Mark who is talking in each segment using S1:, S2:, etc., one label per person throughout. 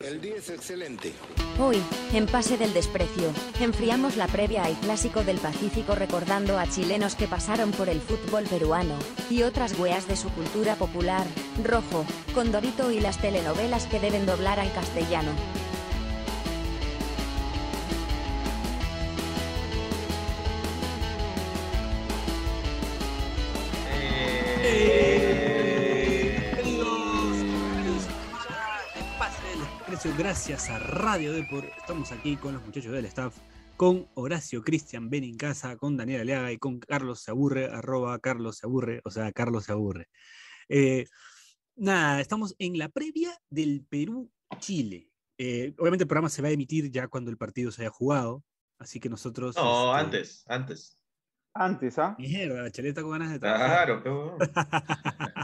S1: El 10 excelente.
S2: Hoy, en Pase del Desprecio, enfriamos la previa al Clásico del Pacífico recordando a chilenos que pasaron por el fútbol peruano, y otras weas de su cultura popular, rojo, condorito y las telenovelas que deben doblar al castellano.
S3: gracias a Radio Depor. Estamos aquí con los muchachos del staff, con Horacio Cristian Benincasa, con Daniel Aliaga y con Carlos Se Aburre, arroba Carlos Se Aburre, o sea, Carlos Se Aburre. Eh, nada, estamos en la previa del Perú-Chile. Eh, obviamente el programa se va a emitir ya cuando el partido se haya jugado, así que nosotros...
S4: No, este, antes, antes.
S5: Antes, ¿ah?
S3: Mierda, Chaleta con ganas de
S4: trabajar. Claro, pero...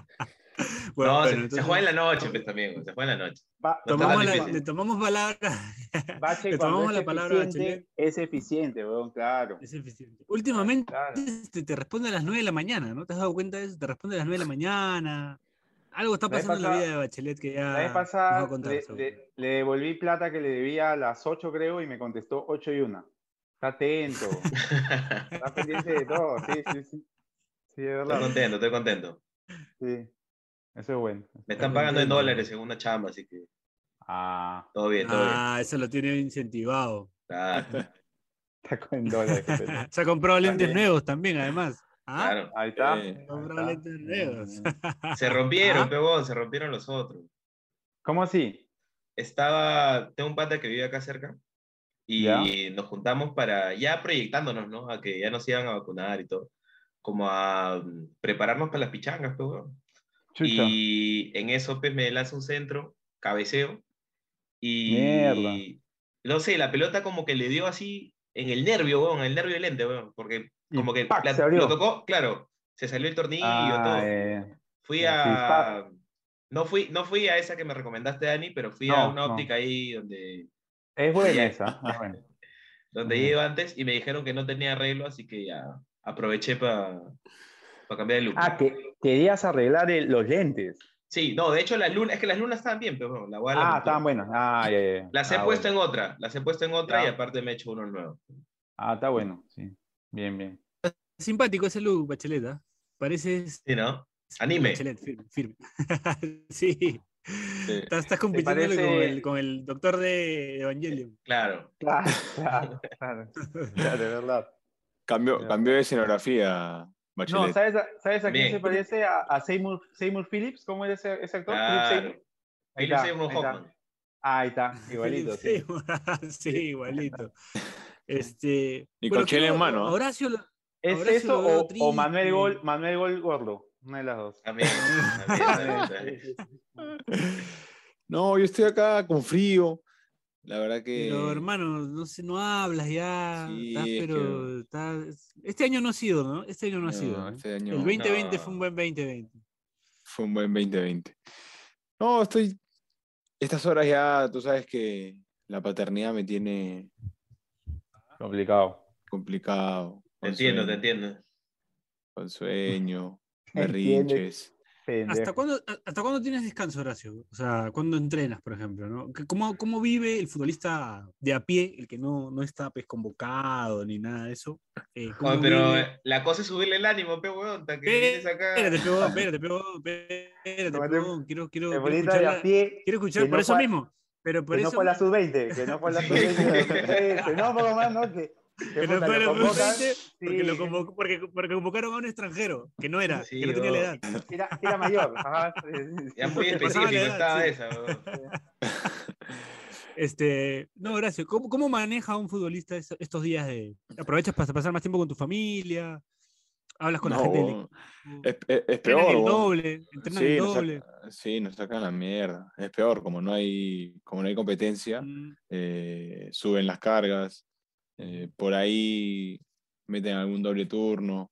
S4: Bueno, no, bueno, se, entonces... se, juega en la noche pues, también, se juega en la noche.
S3: Va, no tomamos la, le tomamos palabra.
S5: Bache, le tomamos la palabra a Es eficiente, weón, claro.
S3: Es eficiente. Últimamente claro. este, te, te, responde a las 9 de la mañana, ¿no? ¿Te has dado cuenta de eso? Te responde a las 9 de la mañana. Algo está pasando pasada, en la vida de Bachelet que ya.
S5: La vez pasada contar, le, le, le, devolví plata que le debía a las 8, creo, y me contestó 8 y 1. Está atento. está pendiente de todo. Sí, sí, sí.
S4: sí de verdad. Estoy contento, estoy contento.
S5: Sí. Eso es bueno.
S4: Me están pagando en dólares en una chamba, así que.
S5: Ah.
S4: Todo bien, todo bien.
S3: Ah, eso lo tiene incentivado.
S4: Claro.
S5: está con dólares.
S3: Se ha comprado lentes también. nuevos también, además.
S4: ¿Ah? Claro.
S5: Ahí está. Mm,
S3: Se ha comprado lentes nuevos.
S4: se rompieron, ¿Ah? pebón, se rompieron los otros.
S5: ¿Cómo así?
S4: Estaba. Tengo un pata que vive acá cerca. Y ¿Ya? nos juntamos para. Ya proyectándonos, ¿no? A que ya nos iban a vacunar y todo. Como a mm, prepararnos para las pichangas, pues, pebón. Chucha. Y en eso pues, me lanza un centro, cabeceo. Y
S5: Mierda.
S4: no sé, la pelota como que le dio así en el nervio, weón, en el nervio del lente, weón, porque como que
S5: pac,
S4: la,
S5: se abrió.
S4: lo tocó, claro, se salió el tornillo, ah, todo. Eh. Fui sí, a sí, no fui no fui a esa que me recomendaste Dani, pero fui no, a una óptica no. ahí donde
S5: es buena esa, ah, bueno.
S4: donde uh-huh. iba antes y me dijeron que no tenía arreglo, así que ya aproveché para para cambiar el look.
S5: Ah, que querías arreglar el, los lentes.
S4: Sí, no, de hecho las lunas, es que las lunas estaban bien, pero bueno, la voy a
S5: Ah, estaban buenas. Ah, yeah, yeah.
S4: Las
S5: ah,
S4: he puesto bueno. en otra, las he puesto en otra yeah. y aparte me he hecho uno nuevo.
S5: Ah, está bueno, sí. Bien, bien.
S3: Simpático ese look, Bacheleta. Pareces.
S4: Sí, ¿no? Anime.
S3: Bachelet, firme, firme. sí. sí. Estás, estás compitiendo parece... con, el, con, el, doctor de Evangelion.
S4: Claro.
S5: Claro, claro, claro. claro de verdad.
S6: Cambió, cambió de escenografía, Bachelet.
S5: No, ¿sabes a, ¿sabes a quién se parece? A, a Seymour, Seymour, Phillips, ¿cómo era ese, ese actor?
S4: Claro. Ah, Philip Seymour, Philip Hoffman.
S5: Ahí está, igualito.
S3: sí. sí. igualito. Este,
S6: y con Chile en mano.
S3: Horacio, Horacio
S5: ¿Es eso o, o, Manuel Gol, Manuel Gol Gordo? Una de las dos.
S4: También.
S6: no, yo estoy acá con frío. La verdad que.
S3: Pero hermano, no, sé, no hablas ya. Eh, Sí, estás, pero. Es que... estás... Este año no ha sido, ¿no? Este año no, no ha sido.
S6: Este año...
S3: El 2020 no. fue un buen 2020.
S6: Fue un buen 2020. No, estoy. Estas horas ya, tú sabes que la paternidad me tiene.
S5: Complicado.
S6: Complicado.
S4: Te entiendo, te entiendo.
S6: Con sueño, berrinches.
S3: ¿Hasta cuándo, ¿Hasta cuándo tienes descanso, Horacio? O sea, ¿cuándo entrenas, por ejemplo? ¿no? ¿Cómo, ¿Cómo, vive el futbolista de a pie, el que no, no está pues, convocado ni nada de eso?
S4: Eh, no, pero vive? la cosa es subirle el ánimo, pe weón, que vienes acá.
S3: Espérate, pe weón, espérate, pe weón, espérate, pe weón. Quiero, quiero,
S5: el
S3: quiero escuchar,
S5: de a pie,
S3: quiero escuchar por no eso fue, mismo. Pero por
S5: que
S3: eso...
S5: no fue la sub-20, que no fue la sub-20. que no, poco más, no, que...
S3: Pero no fueron porque, sí. lo convocó, porque, porque, convocaron a un extranjero, que no era, sí, oh. que no tenía
S5: bro.
S3: la edad.
S5: Era, era mayor. Ajá,
S4: sí, ya muy específico edad, estaba esa. Bro.
S3: Este, no, gracias. ¿Cómo, ¿Cómo, maneja un futbolista estos días de... ¿Aprovechas para pasar más tiempo con tu familia? ¿Hablas con no, la gente?
S6: Es, es, es peor.
S3: Entrenan el doble. Entrenan el doble.
S6: Nos saca, sí, nos sacan la mierda. Es peor, como no hay, como no hay competencia, mm. eh, suben las cargas. Eh, por ahí meten algún doble turno.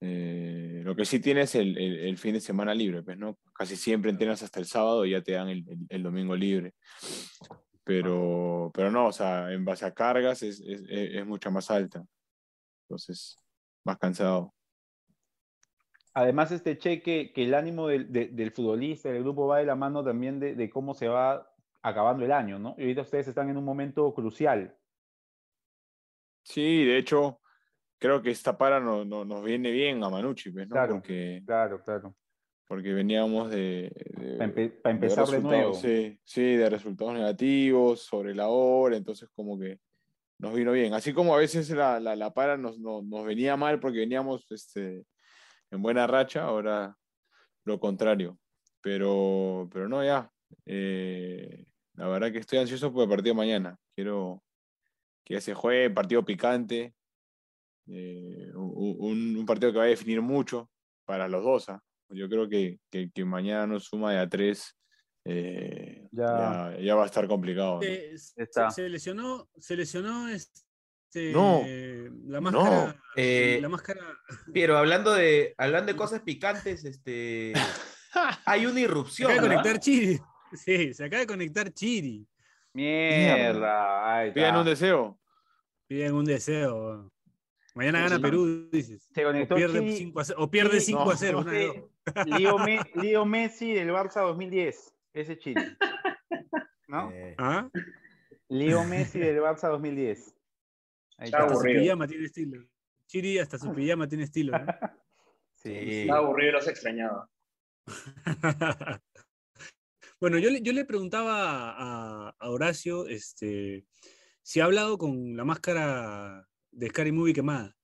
S6: Eh, lo que sí tienes el, el, el, fin de semana libre, pues, ¿no? Casi siempre entrenas hasta el sábado y ya te dan el, el domingo libre. Pero, pero no, o sea, en base a cargas es, es, e, es mucha más alta. Entonces, más cansado.
S5: Además, este cheque, que el ánimo del, del, del futbolista, del grupo va de la mano también de, de cómo se va acabando el año, ¿no? Y ahorita ustedes están en un momento crucial.
S6: Sí, de hecho, creo que esta para no, no- nos viene bien a Manucci, pues, ¿no?
S5: Claro.
S6: Porque,
S5: Claro, claro.
S6: porque veníamos de, de-
S5: Para, empe-
S6: de
S5: para empezar de
S6: resultados,
S5: nuevo.
S6: Sí, sí, de resultados negativos, sobre la hora, entonces como que nos vino bien. Así como a veces la, la, la para nos, no- nos venía mal porque veníamos este, en buena racha, ahora lo contrario. Pero, pero no, ya. eh, la verdad que estoy ansioso por el partido de mañana. Quiero que ya se juegue, partido picante, eh, u- u- un, un partido que va a definir mucho para los dos. ¿ah? Yo creo que, que, que mañana nos suma de a tres. eh,
S5: Ya.
S6: ya. ya va a estar complicado. ¿no?
S3: Eh, se,
S5: Está.
S3: se lesionó, se lesionó este,
S6: No.
S3: la máscara.
S7: Eh,
S3: la máscara.
S7: Pero hablando de, hablando de cosas picantes, este, hay una
S3: Se
S7: irrupción.
S3: acaba de
S7: ¿no?
S3: conectar Chiri. Sí, se acaba de conectar Chiri.
S5: Mierda. ahí está.
S6: Pidan un deseo.
S3: Piden un deseo. Mañana
S5: Sí,
S3: gana
S5: sí.
S3: Perú, dices.
S5: Se
S3: O
S5: conectó
S3: pierde
S5: Chiri.
S3: 5 a 0. O pierde
S5: Sí,
S3: 5 a 0. una de dos.
S5: Leo, Me- Leo Messi del Barça 2010. Ese Chile. ¿No?
S8: Eh,
S3: ¿Ah?
S5: Leo Messi del Barça 2010. Ahí
S8: Está
S5: está.
S3: Hasta su
S8: aburrido.
S3: pijama tiene estilo. Chiri hasta su pijama tiene estilo. ¿eh? ¿no?
S5: Sí.
S8: Estaba aburrido y los extrañaba.
S3: bueno, yo le, yo le preguntaba a, a Horacio este, si ha hablado con la máscara de Scary Movie quemada.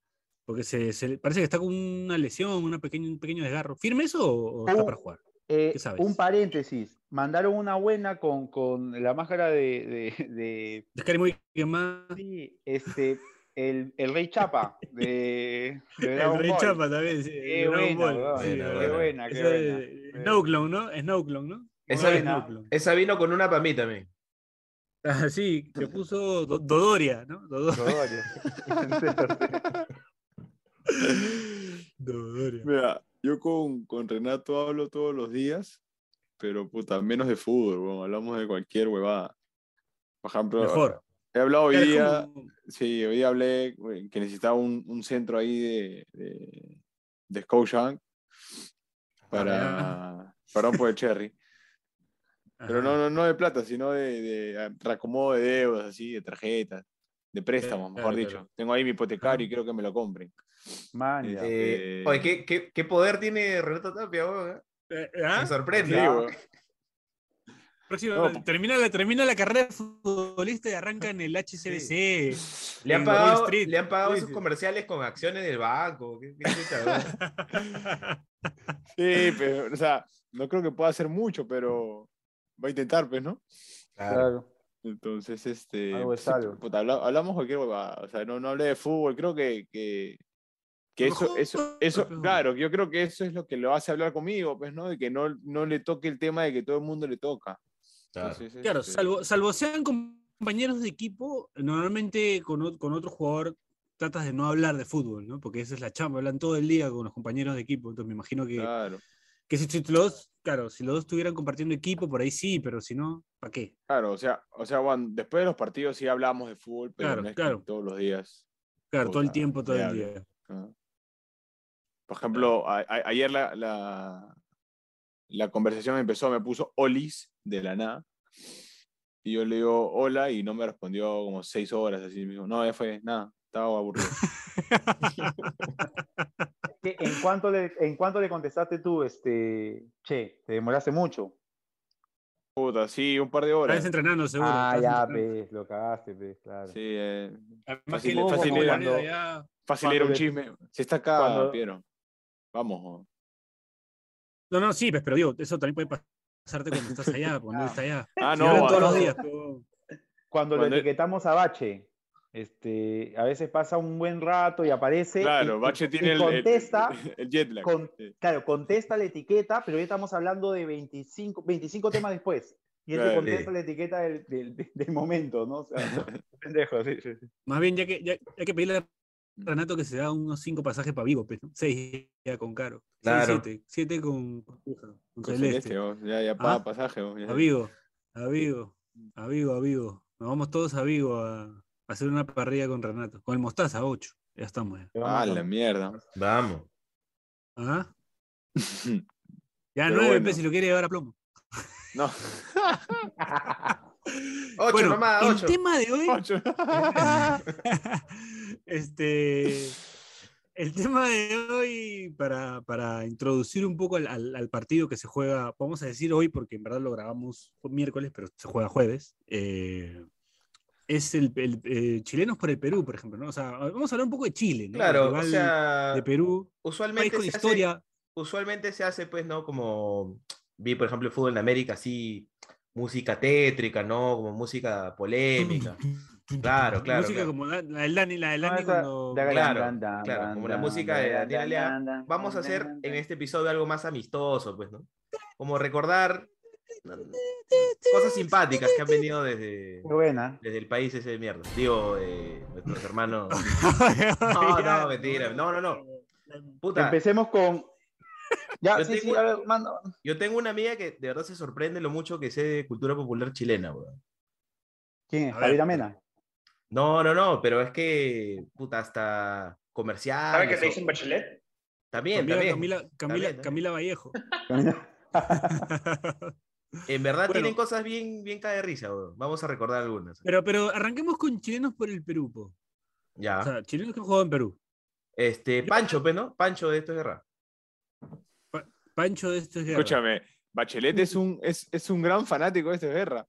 S3: Porque se, se le- parece que está con una lesión, una pequeña, un pequeño desgarro. ¿Firme eso o, o está
S5: Uh,
S3: para jugar?
S5: Eh,
S3: ¿Qué sabes?
S5: un paréntesis. Mandaron una buena con, con la máscara de, de- de-
S3: De Scary Movie quemada.
S5: sí, este, el, el Rey Chapa. De, de Dragon
S3: El Rey
S5: Ball.
S3: Chapa también. sí,
S5: Qué
S3: de Dragon
S5: buena,
S3: Ball,
S5: weón,
S3: sí,
S7: qué
S5: Qué
S3: bueno.
S5: buena, qué
S3: Ese
S5: buena.
S3: de- Snowclown, ¿no? Snowclown, ¿no?
S7: Esa,
S5: Bueno.
S7: vino, esa vino con una para mí también.
S3: Ah, sí, que puso Do- Dodoria, ¿no? Dodo-
S5: Rodorio.
S3: Dodoria.
S6: Mira, yo con, con Renato hablo todos los días, pero puta, menos de fútbol, weón, hablamos de cualquier huevada. Por ejemplo,
S3: Mejor.
S6: he hablado hoy
S3: Claro, es
S6: día,
S3: como-
S6: sí, hoy día hablé güey, que necesitaba un, un centro ahí de, de, de Scotiabank Ah, para, perdón por el cherry, pero no, no, no de plata, sino de, de ah, reacomodo de deudas, así, de tarjetas, de préstamos,
S3: Claro,
S6: mejor dicho.
S3: claro.
S6: Tengo ahí mi hipotecario y quiero que me lo compren.
S5: Man, ya.
S6: Eh,
S7: Eh, oye, ¿qué, qué, qué poder tiene Renato Tapia? weón, eh?
S3: Eh, ¿ah?
S7: Me sorprende.
S6: Sí,
S7: ¿ah?
S6: weón.
S3: Próximo-
S6: No, po-
S3: termina, la, termina la carrera de futbolista y arranca en el HCBC.
S7: Le han
S3: en Wall
S7: pagado,
S3: Street.
S7: le han pagado
S3: Sí,
S7: sus
S3: sí.
S7: comerciales con acciones del banco. ¿Qué, qué chucha, weón?
S6: Sí, pero, o sea, no creo que pueda hacer mucho, pero va a intentar, pues, ¿no?
S5: Claro.
S6: Entonces, este.
S5: Algo es
S6: sí,
S5: algo.
S6: puta, habla- hablamos cualquier huevada, O sea, no, no hablé de fútbol. Creo que. que que
S3: Lo
S6: eso,
S3: mejor,
S6: eso, eso,
S3: pues.
S6: claro, yo creo que eso es lo que lo hace hablar conmigo, pues, ¿no? De que no, no le toque el tema de que todo el mundo le toca. Entonces,
S3: Claro,
S6: este,
S3: salvo, salvo sean compañeros de equipo, normalmente con, o- con otro jugador tratas de no hablar de fútbol, ¿no? Porque esa es la chamba, hablan todo el día con los compañeros de equipo. Entonces me imagino que,
S6: Claro,
S3: que si, si los dos, claro, si los dos estuvieran compartiendo equipo, por ahí sí, pero si no, ¿para qué?
S6: claro, o sea, o sea, Juan, después de los partidos sí hablamos de fútbol, pero
S3: Claro,
S6: no es que
S3: claro.
S6: todos los días.
S3: Claro, todo el
S6: Puta,
S3: tiempo, todo el
S6: diablo.
S3: día.
S6: Ah. Por ejemplo, a- a- ayer la, la, la conversación empezó, me puso Olis de la nada. Y yo le digo hola y no me respondió como seis horas. Así me dijo, no, ya fue, nada, estaba aburrido.
S5: ¿Qué- ¿En cuánto, le, ¿En cuánto le contestaste tú, este, che? Te demoraste mucho.
S6: Puta, sí, un par de
S3: Estás
S6: horas.
S3: entrenando, seguro.
S5: ah,
S3: estás
S5: ya,
S3: entrenando.
S5: pe, lo cagaste, pe, claro.
S6: Sí, eh,
S3: Además
S6: Fácil-
S3: que el
S6: fácil
S3: fútbol
S6: era.
S3: era ya-
S6: fácil
S5: Cuando
S6: era un
S5: le-
S6: chisme. Si está acá,
S5: cuando-
S6: Piero. Vamos. jo.
S3: No, no, sí, pues, pero digo, eso también puede pasarte cuando estás allá, cuando
S5: Ah.
S3: está allá.
S6: Ah,
S3: Si
S6: no,
S3: hablan
S6: ah,
S3: todos
S6: no.
S3: los días. pero-
S6: Cuando-
S5: Cuando, lo etiquetamos a Bache, este, a veces pasa un buen rato y aparece.
S6: Claro,
S5: y-
S6: Bache
S5: y
S6: tiene el, el-
S5: contesta,
S6: el jet lag.
S5: con-
S6: Sí,
S5: claro, contesta la etiqueta, pero ya estamos hablando de 25, 25 temas después. Y él te
S6: Claro.
S5: contesta la etiqueta del, del- del momento, ¿no? O sea, pendejo, sí, sí. sí.
S3: Más bien, ya que, ya, hay que pedirle a Renato que se da unos cinco pasajes para Vigo, pues, ¿no? Seis ya con Caro. Seis,
S7: Claro.
S3: siete. Siete con, con, con
S6: con
S3: Celeste.
S6: Celeste, jo. Ya, ya pa-
S3: Ah.
S6: pasaje. jo, ya.
S3: A Vigo, a Vigo, a Vigo, a Vigo. Nos vamos todos a Vigo a, a hacer una parrilla con Renato. Con el Mostaza, ocho. Ya estamos ya.
S6: Ah, la mierda.
S7: Vamos.
S3: Ajá. Ya
S6: Pero
S3: nueve,
S6: bueno.
S3: pues, si lo quiere llevar a plomo.
S6: No.
S4: Ocho
S3: bueno,
S4: nomás,
S3: el
S4: ocho.
S3: tema de hoy.
S6: Ocho.
S3: este. El tema de hoy, para, para introducir un poco al, al- al partido que se juega, vamos a decir hoy, porque en verdad lo grabamos miércoles, pero se juega jueves, eh, es el, el, eh, chilenos por el Perú, por ejemplo, ¿no? O sea, vamos a hablar un poco de Chile, ¿no?
S4: Claro, o
S3: Portugal
S4: sea,
S3: de Perú, un país
S4: usualmente
S3: con
S4: se,
S3: historia.
S4: hace, usualmente se hace, pues, ¿no? Como vi, por ejemplo, el fútbol en América, así, música tétrica, ¿no? Como música polémica. Claro, claro,
S3: Música
S4: claro.
S3: como la, la del Dani, la del
S5: No,
S3: Dani
S5: esa-
S3: cuando...
S5: da-
S4: Claro,
S5: dan, dan,
S4: claro,
S5: dan,
S4: como la
S5: dan,
S4: música
S5: dan,
S4: de
S5: dan,
S4: Daniel
S5: dan,
S4: Alea.
S5: dan, dan,
S4: Vamos a
S5: dan,
S4: hacer
S5: dan,
S4: en
S5: dan.
S4: este episodio algo más amistoso, pues, ¿no? Como recordar cosas simpáticas que han venido desde,
S5: Qué buena.
S4: desde el país ese de mierda. Digo, eh, nuestros hermanos.
S3: no,
S4: no, mentira, no, no, no. Puta,
S5: Empecemos con. Ya,
S4: Yo
S5: sí,
S4: tengo-
S5: sí, a ver, mando.
S4: yo tengo una amiga que de verdad se sorprende lo mucho que sé de cultura popular chilena, weón.
S5: ¿Quién es?
S3: A ver.
S5: Javier Amena.
S4: No, no, no, pero es que, puta, hasta comercial.
S1: ¿Sabes que te dicen bachelet?
S4: También,
S3: Camila,
S4: también.
S3: Camila, Camila,
S4: también.
S3: Camila Vallejo.
S4: En verdad
S3: Bueno.
S4: tienen cosas bien, bien cae de risa, weón. Vamos a recordar algunas.
S3: Pero, pero arranquemos con chilenos por el Perú, po.
S4: Ya.
S5: Ah.
S3: O sea, chilenos que han jugado en Perú.
S4: Este, Pancho, pues, ¿no? Pancho de esto es guerra.
S3: Pancho de estos es guerra.
S6: Escúchame, Bachelet es un, es, es un gran fanático de esta guerra.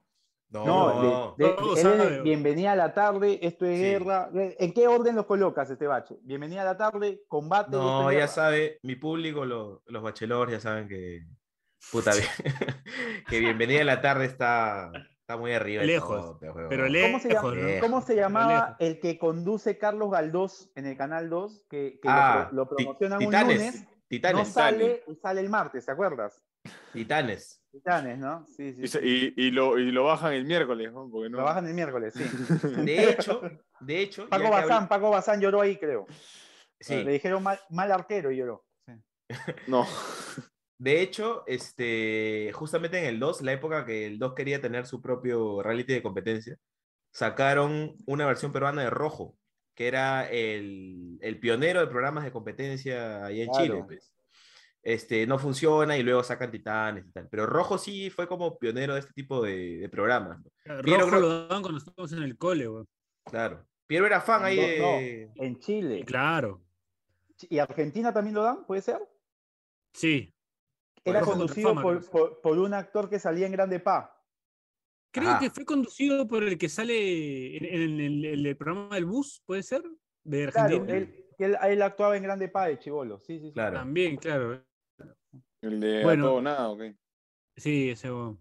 S5: No, de- de-
S3: Todo
S5: él es
S3: sabe,
S5: de
S3: güey.
S5: bienvenida a la tarde, esto es
S4: Sí.
S5: guerra. ¿En qué orden los colocas este bache? Bienvenida a la tarde, combate. esto
S4: No,
S5: es
S4: ya
S5: guerra.
S4: sabe, mi público, lo- los bachelors, ya saben que. Puta, bien- que bienvenida a la tarde está, está muy arriba. de
S3: Lejos,
S4: todo, pues, pe, huevón.
S3: Pero
S5: ¿Cómo se, llama-
S3: lejos,
S4: llama?
S3: ¿no?
S5: cómo se
S3: Pero
S5: llamaba
S3: lejos.
S5: el que conduce Carlos Galdós en el Canal 2? Que, que lo
S4: Ah,
S5: pro- lo,
S4: ti-
S5: promocionan un
S4: titanes,
S5: lunes,
S4: Titanes,
S5: no
S4: Titanes.
S5: sale, y sale el martes, ¿te acuerdas?
S4: Titanes.
S5: Titanes, ¿no? Sí, sí.
S6: Y, se-
S5: sí.
S6: y- y lo, y lo bajan el miércoles, ¿no? Porque no.
S5: Lo bajan el miércoles, sí.
S4: De hecho, de hecho. ya
S5: Paco
S4: que habl-
S5: Bazán, Paco Bazán lloró ahí, creo.
S4: sí,
S5: Le dijeron mal, mal arquero y lloró. Sí.
S6: No.
S4: de hecho, este, justamente en el 2, la época que el 2 quería tener su propio reality de competencia, sacaron una versión peruana de Rojo, que era el, el pionero de programas de competencia ahí en
S5: Claro.
S4: Chile. pues. Este, no funciona y luego sacan Titanes y tal. Pero Rojo sí fue como pionero de este tipo de, de programas. ¿no? Piero,
S3: Rojo
S4: creo-
S3: lo daban cuando estábamos en el cole, güey.
S4: Claro. Piero era fan ahí
S5: No,
S4: de...
S5: En Chile.
S3: Claro,
S5: ¿Y Argentina también lo dan? ¿Puede ser?
S3: sí.
S5: Era
S3: Ojo,
S5: conducido
S3: Fama,
S5: por,
S3: creo.
S5: por- por un actor que salía en Grande Pa.
S3: Creo
S4: Ajá.
S3: que fue conducido por el que sale en, en el, en el programa del bus, ¿puede ser? De Argentina.
S5: Claro, él, él, él actuaba en Grande Pa de Chivolo. Sí, sí, sí.
S4: Claro.
S3: También, claro.
S6: El de a
S3: Bueno.
S6: todo o nada, ok.
S3: Sí, ese güey.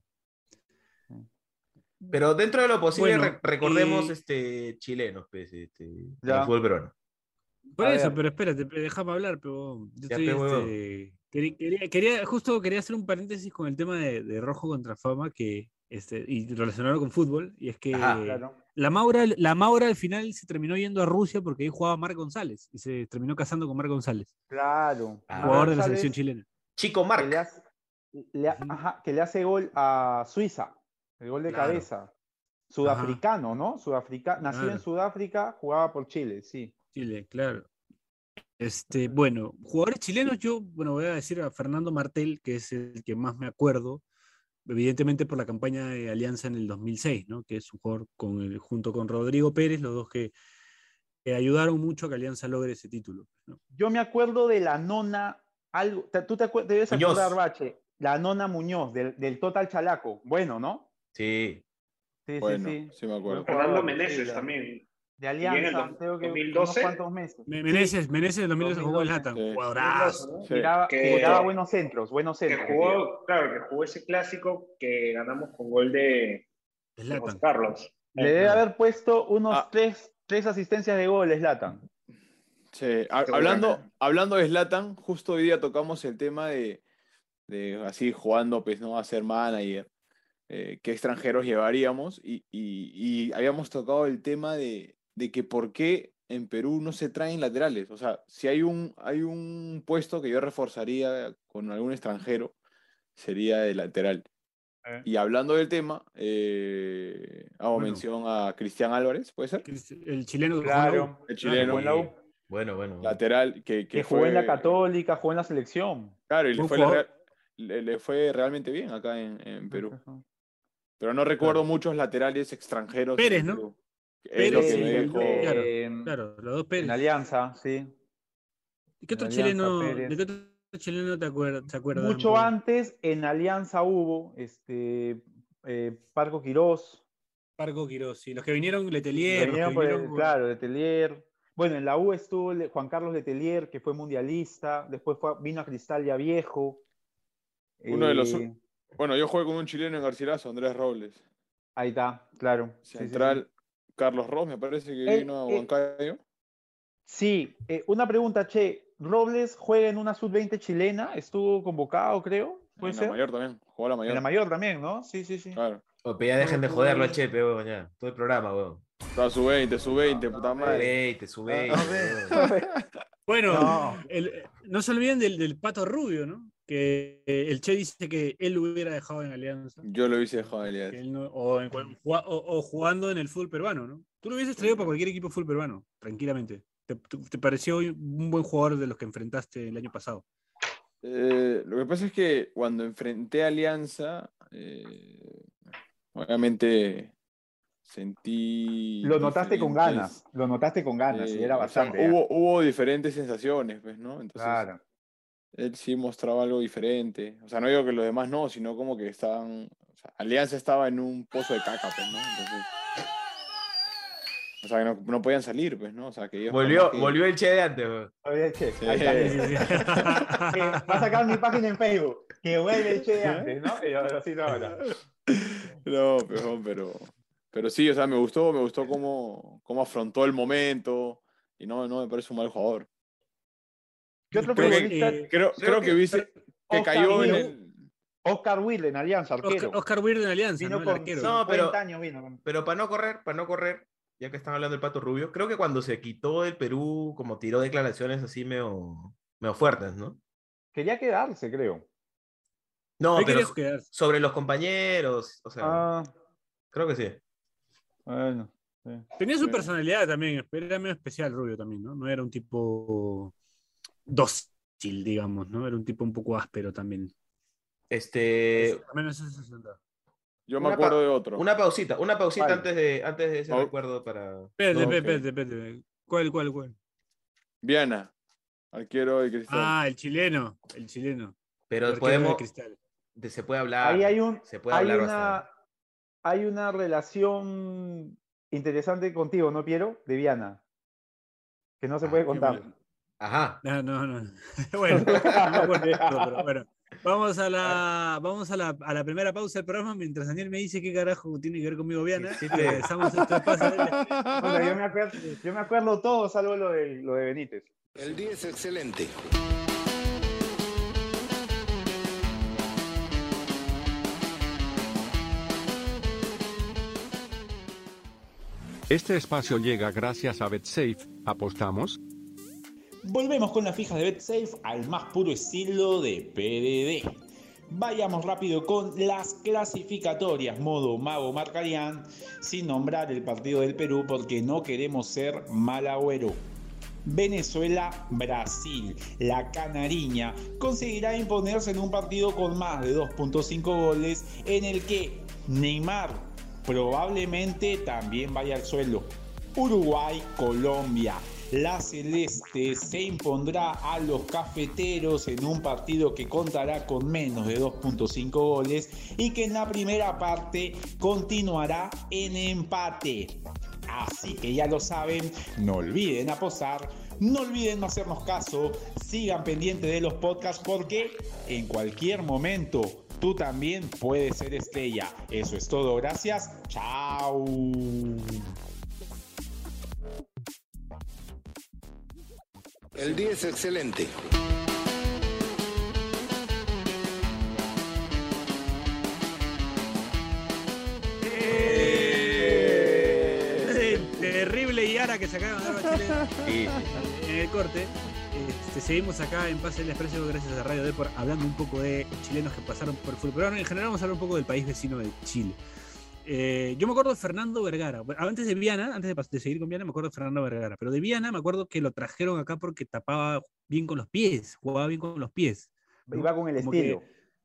S4: Pero dentro de lo posible,
S3: Bueno,
S4: re- recordemos
S3: y-
S4: este, chilenos, pues, este,
S5: Ya.
S4: el fútbol peruano.
S3: Por
S5: A
S3: eso,
S5: ver.
S3: pero espérate, pe- déjame hablar, pero yo
S4: Ya,
S3: estoy,
S4: pe, huevón.
S3: este, queri- quería, quería- justo quería hacer un paréntesis con el tema de, de Rojo contra Fama, que este, y relacionado con fútbol, y es que
S4: Ajá,
S5: Claro.
S3: la Maura, la Maura al final se terminó yendo a Rusia porque ahí jugaba Marc González y se terminó casando con Marc González,
S5: claro.
S4: Ah.
S3: jugador de la
S5: González,
S3: selección chilena.
S4: Chico
S5: Que le,
S4: Marc.
S5: hace, le ha-
S3: Ujú.
S5: ajá, que le hace gol a Suiza. El gol de
S4: Claro.
S5: cabeza. Sudafricano, ¿no? Sudafrica, nacido en
S3: Claro.
S5: Sudáfrica, jugaba por Chile, sí.
S3: Chile, claro. Este, bueno, jugadores chilenos, yo, bueno, voy a decir a Fernando Martel, que es el que más me acuerdo, evidentemente por la campaña de Alianza en el 2006, ¿no? Que es un jugador con el- junto con Rodrigo Pérez, los dos que, que ayudaron mucho a que Alianza logre ese título. ¿no?
S5: Yo me acuerdo de la nona, algo, te- tú te, acuer- te debes
S4: Muñoz.
S5: acordar, Bache, la nona Muñoz, del, del Total Chalaco. Bueno, ¿no?
S4: Sí.
S5: Sí,
S6: Bueno,
S5: sí, sí.
S6: sí me acuerdo.
S5: Jugador
S1: Fernando
S5: de
S1: Meneses
S5: Chile.
S1: también.
S5: De Alianza,
S1: dos-
S5: creo que unos
S1: 2012?
S5: cuantos meses.
S3: Me- Meneses, Meneses en 2012 jugó el
S5: 2012.
S3: Latan,
S6: Sí.
S3: jugadorazo.
S6: Sí.
S5: Tiraba,
S1: Que-
S5: tiraba buenos centros, buenos
S1: Que
S5: centros.
S1: jugó, claro, que jugó ese clásico que ganamos con gol de
S3: el
S1: de
S3: Latan.
S1: José Carlos.
S5: Le debe haber puesto unos
S6: Ah.
S5: tres, tres asistencias de goles, Latan.
S6: Sí, ha- hablando, hablando de Slatan, justo hoy día tocamos el tema de, de así jugando pues, ¿no? a ser manager, eh, qué extranjeros llevaríamos y, y- y habíamos tocado el tema de, de que por qué en Perú no se traen laterales. O sea, si hay un, hay un puesto que yo reforzaría con algún extranjero, sería de lateral.
S1: Eh.
S6: Y hablando del tema, eh, hago
S3: Bueno.
S6: mención a Cristian Álvarez, ¿puede ser?
S3: que es El chileno que jugó en la U.
S5: Claro.
S6: El
S5: que
S6: chileno,
S5: Ah, jugó en la U,
S4: Bueno, bueno.
S6: lateral, que, que
S5: que jugó en la
S6: fue-
S5: Católica, jugó en la selección.
S6: Claro, y le
S3: Un
S6: fue la
S3: jugador-
S6: Real, le, le fue realmente bien acá en, en Perú. Pero no recuerdo muchos laterales extranjeros.
S3: Pérez,
S6: en
S3: ¿no?
S6: Perú. eh, Es
S3: Pérez
S6: lo
S3: y
S6: que me
S3: el-
S6: dejó-
S3: claro,
S5: en-
S3: Claro, los dos
S5: en
S3: Pérez.
S5: Alianza, sí.
S3: ¿Y qué otro
S5: Alianza,
S3: chileno,
S5: Pérez.
S3: ¿De qué otro chileno te acuerdas? Te acuerdas
S5: Mucho
S3: Andrés?
S5: antes, en Alianza hubo este, eh, Parco Quirós,
S3: Parco Quirós. Y los que vinieron,
S5: que
S3: Letelier.
S5: vinieron
S3: Los que
S5: por el-
S3: vinieron con-
S5: claro, Letelier. Bueno, en la U estuvo Le- Juan Carlos Letelier, que fue mundialista, después fue a- vino a Cristal ya viejo.
S6: Uno de los-
S5: Eh,
S6: Bueno, yo jugué con un chileno en Garcilaso, Andrés Robles.
S5: Ahí está, claro. Sí, sí, sí.
S6: Central, Carlos Ross, me parece que
S5: Eh,
S6: vino a
S5: eh.
S6: Huancayo.
S5: Sí, eh, una pregunta, Che. ¿Robles juega en una sub-20 chilena? ¿Estuvo convocado, creo? ¿Puede
S6: en
S5: ser?
S6: la mayor también, jugó a la mayor.
S5: En la mayor también, ¿no? Sí, sí, sí.
S6: Claro.
S4: Ope, Oh, ya dejen de joderlo a Chepe, weón, ya. Todo el programa, weón.
S6: Está su 20, su
S5: Ah,
S6: 20, puta
S5: eh.
S6: madre.
S4: Ey, te sube.
S6: Ah,
S3: Bueno,
S5: No.
S3: el- eh, no se olviden del, del pato rubio, ¿no? Que eh, el Che dice que él lo hubiera dejado en Alianza.
S6: Yo lo hice de joven,
S3: que
S6: Elías.
S3: él no- o, en cual- ju- o- o jugando en el fútbol peruano, ¿no? Tú lo hubieses traído para cualquier equipo full peruano, tranquilamente. Te, te- te pareció un buen jugador de los que enfrentaste el año pasado.
S6: Eh, lo que pasa es que cuando enfrenté a Alianza, eh, obviamente sentí.
S5: Lo notaste con
S6: diferentes,
S5: ganas, lo notaste con ganas, y
S6: eh,
S5: era
S6: o sea,
S5: bastante. ¿eh?
S6: hubo, hubo diferentes sensaciones, pues, ¿no? Entonces,
S5: Claro.
S6: él sí mostraba algo diferente. O sea, no digo que los demás no, sino como que estaban. o sea, Alianza estaba en un pozo de caca, pues, ¿no? Entonces. O sea, que no, no podían salir, pues, ¿no? O sea, que ellos.
S4: Volvió,
S6: por más que-
S4: volvió el Che de antes, weón.
S5: Oye, Che,
S6: Sí.
S5: ahí está.
S6: Sí,
S5: Eh, va a sacar mi página en Facebook, que huele el Che de antes, ¿no? Y ahora sí, no, ahora.
S6: No, pero, pero, pero sí, o sea, me gustó, me gustó cómo, cómo afrontó el momento y no, no me parece un mal jugador.
S5: ¿Qué otro
S6: Creo que-
S5: futbolista?
S3: eh,
S6: Creo, creo que viste que
S5: Oscar
S6: cayó en
S5: Milo.
S6: el...
S5: Oscar Will en Alianza,
S3: Oscar,
S5: arquero.
S3: Oscar Weird en Alianza, Ah, ¿no?
S5: vino
S3: El
S5: con
S3: arquero.
S4: No, pero-
S5: 50 años, vino con-
S4: Pero para no correr, para no correr, ya que están hablando del Pato Rubio, creo que cuando se quitó del Perú, como tiró declaraciones así medio, medio fuertes, ¿no?
S5: Quería quedarse, creo.
S4: No,
S3: Él
S4: pero
S3: quería quedarse.
S4: sobre los compañeros, o sea,
S5: Ah,
S4: creo que sí.
S5: bueno.
S3: Tenía su
S6: Bueno.
S3: personalidad también, era medio especial Rubio también, ¿no? No era un tipo dócil, digamos, ¿no? Era un tipo un poco áspero también.
S4: Este,
S3: Al menos esa es la verdad.
S6: Yo me
S4: Una
S6: acuerdo
S4: pa-
S6: de otro.
S4: una pausita, una pausita
S5: Vale.
S4: antes de antes de ese
S6: Pau-
S4: recuerdo para
S3: Espérate,
S6: No,
S3: espérate, espérate, espérate. ¿Cuál, cuál, cuál?
S6: Viana, arquero de Cristal.
S3: Ah, el chileno, el chileno.
S4: pero
S3: el arquero de
S4: podemos
S3: Cristal.
S4: de- se puede hablar.
S5: Ahí hay un,
S4: Ah, se puede
S5: hay
S4: hablar
S5: una,
S4: bastante.
S5: hay una relación interesante contigo, ¿no, Piero? De Viana. Que no se
S4: Ah,
S5: puede
S4: qué
S5: contar.
S3: bueno.
S4: Ajá.
S3: No, no, no. Bueno, no me acuerdo, pero bueno. Vamos a la, vamos a la, a la primera pausa del programa mientras Daniel me dice qué carajo tiene que ver conmigo Viana.
S4: Sí, sí,
S3: Y
S4: te-
S3: regresamos a este espacio.
S5: Puta, yo, me acuerdo, yo me acuerdo todo, salvo lo de, lo de Benítez.
S9: El día es excelente.
S10: Este espacio llega gracias a BetSafe. ¿Apostamos?
S11: Volvemos con las fijas de BetSafe al más puro estilo de PDD. Vayamos rápido con las clasificatorias, modo mago marcarían, sin nombrar el partido del Perú porque no queremos ser mal agüero. Venezuela-Brasil. La canariña conseguirá imponerse en un partido con más de 2.5 goles en el que Neymar probablemente también vaya al suelo. Uruguay-Colombia. La Celeste se impondrá a los cafeteros en un partido que contará con menos de 2.5 goles y que en la primera parte continuará en empate. Así que ya lo saben, no olviden apostar, no olviden no hacernos caso, sigan pendientes de los podcasts porque en cualquier momento tú también puedes ser estrella. Eso es todo, gracias, chao.
S9: El día es excelente.
S3: Ese terrible Yara que se acaba de dar a Chile
S4: Sí, sí.
S3: en el corte. Este, seguimos acá en Pase del Expreso gracias a Radio Depor hablando un poco de chilenos que pasaron por el fútbol peruano. En general vamos a hablar un poco del país vecino de Chile. Eh, yo me acuerdo de Fernando Vergara. Bueno, Antes de Viana, antes de, pas- de seguir con Viana, me acuerdo de Fernando Vergara. Pero de Viana me acuerdo que lo trajeron acá porque tapaba bien con los pies, jugaba bien con los pies.
S5: Iba con el
S3: Como que-
S5: estilo.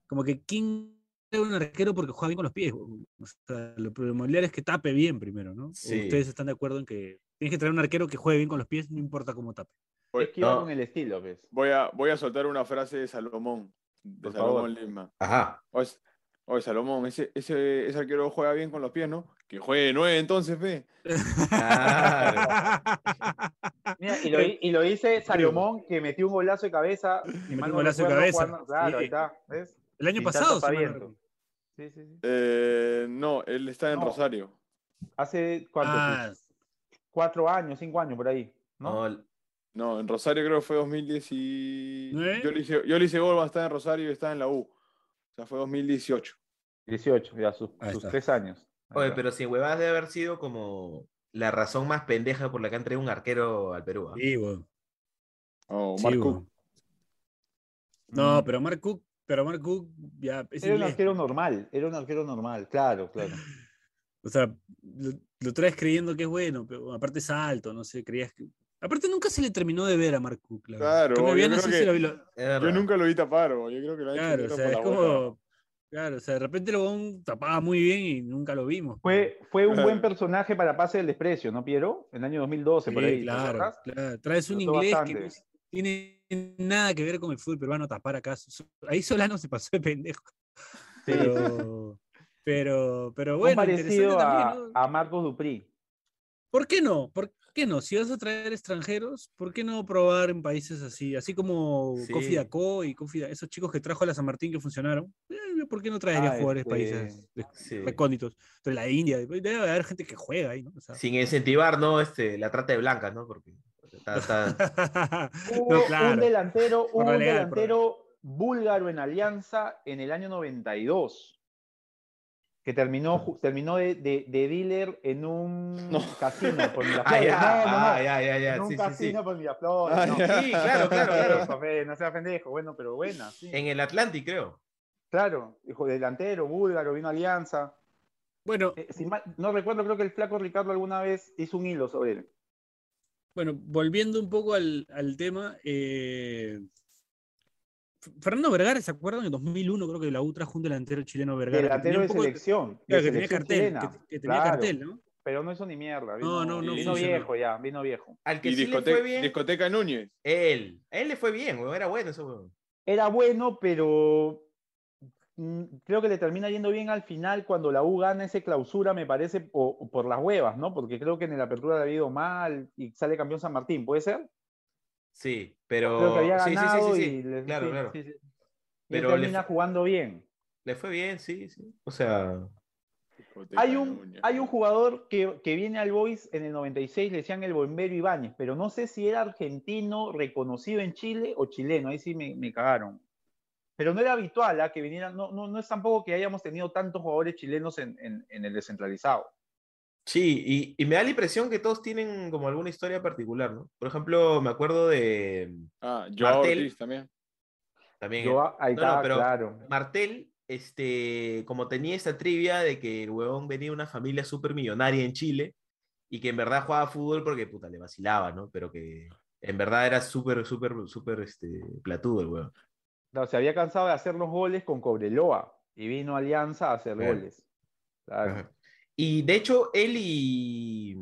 S3: Como que King es un arquero porque juega bien con los pies. O sea, lo primordial es que tape bien primero, ¿no?
S4: Sí.
S3: Ustedes están de acuerdo en que tienes que traer un arquero que juegue bien con los pies, no importa cómo tape.
S6: Voy,
S5: Esquiva
S6: no,
S5: con el estilo, pues.
S6: voy a, voy a soltar una frase de Salomón. De
S4: Por favor.
S6: Salomón Lima.
S4: Ajá.
S6: Oye, oye, Salomón, ese, ese, ese arquero juega bien con los pies, ¿no? Que juegue de nueve entonces, fe.
S4: Claro.
S5: Mira, y, lo, hi- y lo hice Salomón, que metió un golazo de cabeza. Si
S3: un
S5: mal no
S3: golazo de cabeza.
S5: recuerdo, jugando- claro,
S3: Sí.
S5: ahí está. ¿Ves?
S3: El año
S5: Sin
S3: pasado,
S5: tanto
S3: si mal no
S5: sabiendo.
S3: recuerdo.
S5: Sí, sí, sí.
S6: Eh, no, él está en
S5: No.
S6: Rosario.
S5: Hace cuánto,
S3: Ah,
S5: pues? cuatro años, cinco años por ahí. ¿no?
S4: No,
S6: No, en Rosario creo que fue 2010 y...
S3: ¿Eh?
S6: Yo le hice, yo le hice gol, está en Rosario y está en la U. O sea, fue 2018.
S5: 18, ya sus,
S3: Ahí
S5: sus
S3: está.
S5: tres años. Ahí
S4: Oye,
S5: está.
S4: pero sin huevadas debe haber sido como la razón más pendeja por la que han traído un arquero al Perú. ¿ah?
S3: sí, weón.
S6: Oh,
S3: Sí,
S6: Mark
S3: weón.
S6: Cook.
S3: No,
S5: Mm.
S3: pero Mark Cook, pero Mark Cook ya es
S5: Era un
S3: inglés.
S5: arquero normal, era un arquero normal, claro, claro.
S3: O sea, lo, lo traes creyendo que es bueno, pero aparte es alto, no sé, creías que. Aparte nunca se le terminó de ver a Mark Cook, la verdad.
S6: Claro,
S3: Cambio
S6: yo
S3: bien, no
S6: creo
S3: sé
S6: que-
S3: si lo vi- lo-
S4: Es verdad.
S6: Yo nunca lo vi tapar, bro. yo creo que lo han hecho
S3: Claro, o
S6: puta
S3: sea,
S6: por
S3: es
S6: la boca.
S3: como. Claro, o sea, de repente lo weón tapaba muy bien y nunca lo vimos.
S5: Fue, fue un
S6: Claro.
S5: buen personaje para Pase del Desprecio, ¿no, Piero? En el año 2012,
S3: Sí,
S5: por ahí. ¿te
S3: claro,
S5: acuerdas?
S3: claro. Traes un
S5: Notó
S3: inglés que no
S5: bastante.
S3: tiene nada que ver con el fútbol peruano tapar acá. Su- Ahí Solano se pasó de pendejo.
S5: Sí,
S3: Pero, pero, pero
S5: Un
S3: bueno,
S5: parecido
S3: interesante
S5: a,
S3: también, ¿no?
S5: a Marcos Dupri.
S3: ¿Por qué no? ¿Por qué no? Si vas a traer extranjeros, ¿por qué no probar en países así? Así como
S4: Sí.
S3: Kofi Dacó y Kofi, Da- esos chicos que trajo a la San Martín que funcionaron. eh, ¿Por qué no traería
S5: Ah,
S3: jugadores
S5: este,
S3: de países de-
S4: Sí.
S3: recónditos? De la India, debe haber gente que juega ahí, ¿no? O sea,
S4: Sin incentivar, ¿no? Este, la trata de blancas, ¿no? Porque está, está-
S5: Hubo un
S3: claro.
S5: delantero,
S3: Por
S5: hubo un
S3: relegar, por
S5: delantero búlgaro en Alianza en el año 92, que terminó, ju- terminó de, de- de dealer en un
S6: No.
S5: casino por
S4: Ah,
S5: Miraflores.
S4: ya,
S5: No, no, no.
S4: ah, ya, ya, ya,
S5: en un
S4: sí, sí, sí.
S5: casino por Miraflores.
S6: Ah,
S5: no.
S6: ya.
S4: Sí, claro, claro, claro.
S5: Eso, fe, no seas pendejo, bueno, pero buena. sí.
S4: En el Atlantic, creo.
S5: Claro, hijo, delantero, búlgaro, vino a Alianza.
S3: Bueno,
S5: Eh, si mal- no recuerdo, creo que el flaco Ricardo alguna vez hizo un hilo sobre él.
S3: Bueno, volviendo un poco al, al tema, eh, F- Fernando Vergara, ¿se acuerdan? En 2001 creo que la U trajo un delantero chileno Vergara. que tenía
S5: Delantero
S3: un
S5: de
S3: poco de-
S5: selección.
S3: claro, que
S5: de
S3: tenía
S5: selección
S3: cartel,
S5: chilena,
S3: que, que tenía
S5: claro,
S3: cartel, ¿no?
S5: Pero no hizo ni
S3: No,
S5: mierda.
S3: no,
S5: Vino,
S3: no
S5: Vino
S3: funcionó.
S5: viejo ya, vino viejo.
S4: Al que
S6: Y
S4: sí le
S6: discoteca,
S4: fue bien,
S6: discoteca Núñez.
S4: él. A él le fue bien, weón. Era bueno eso, weón.
S5: Era bueno, pero mm, creo que le termina yendo bien al final cuando la U gana ese clausura, me parece, o- o por las huevas, ¿no? Porque creo que en el apertura le había ido mal y sale campeón San Martín, ¿puede ser?
S4: Sí, pero.
S5: Creo que había
S4: Oh, sí, sí, sí,
S5: ganado
S4: sí, sí.
S5: y le-
S4: Claro,
S5: sí,
S4: claro.
S5: sí, sí. Y él
S4: Pero le
S5: termina
S4: fu-
S5: jugando bien.
S4: Le fue bien, sí, sí. O sea,
S6: Discoteca
S5: Hay un,
S6: Núñez.
S5: hay un jugador que, que viene al Boys en el 96, le decían el bombero Ibáñez, pero no sé si era argentino reconocido en Chile o chileno, ahí sí me, me cagaron. Pero no era habitual ¿ah? que vinieran, no, no, no es tampoco que hayamos tenido tantos jugadores chilenos en, en- en el descentralizado.
S4: Sí, y, y me da la impresión que todos tienen como alguna historia particular, ¿no? Por ejemplo, me acuerdo de
S6: Ah, Joao
S4: Martel.
S6: Ortiz también.
S4: también
S5: Yo, ah, ahí
S4: Eh, No,
S5: está,
S4: no, pero-
S5: claro.
S4: Martel, este, como tenía esta trivia de que el huevón venía de una familia súper millonaria en Chile y que en verdad jugaba fútbol porque puta, le vacilaba, ¿no? Pero que en verdad era súper, súper, súper este, platudo el huevón.
S5: Claro, se había cansado de hacer los goles con Cobreloa y vino a Alianza a hacer
S4: Claro.
S5: goles. Claro.
S4: Ajá. Y de hecho, él y,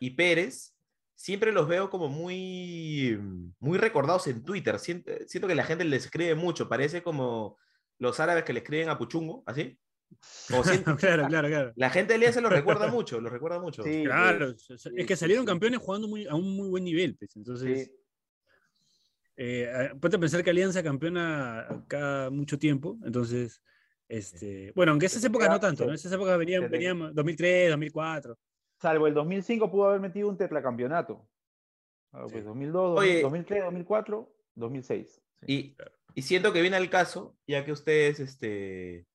S4: y Pérez siempre los veo como muy, muy recordados en Twitter. Sien- Siento, que la gente les escribe mucho, parece como los árabes que le escriben a Puchungo, así. Como sien-
S3: claro, claro, claro.
S4: la gente de Lía se los recuerda mucho, los recuerda mucho.
S5: Sí,
S3: Claro,
S5: pues,
S3: es-
S5: sí,
S3: es que
S5: sí,
S3: salieron
S5: sí.
S3: campeones jugando muy, a un muy buen nivel, pues, entonces...
S5: Sí.
S3: Eh, a- ponte a pensar que Alianza campeona cada mucho tiempo, entonces, este, bueno, aunque esas
S5: Se te
S3: épocas
S5: queda-
S3: no tanto,
S5: se-
S3: ¿no? Esas épocas
S5: se
S3: venían,
S5: te-
S3: venían 2003, 2004.
S5: Salvo el 2005 pudo haber metido un tetracampeonato. Ah, pues 2002,
S4: Oye.
S5: 2003, 2004, 2006.
S4: Y, y siento que viene al caso, ya que ustedes este,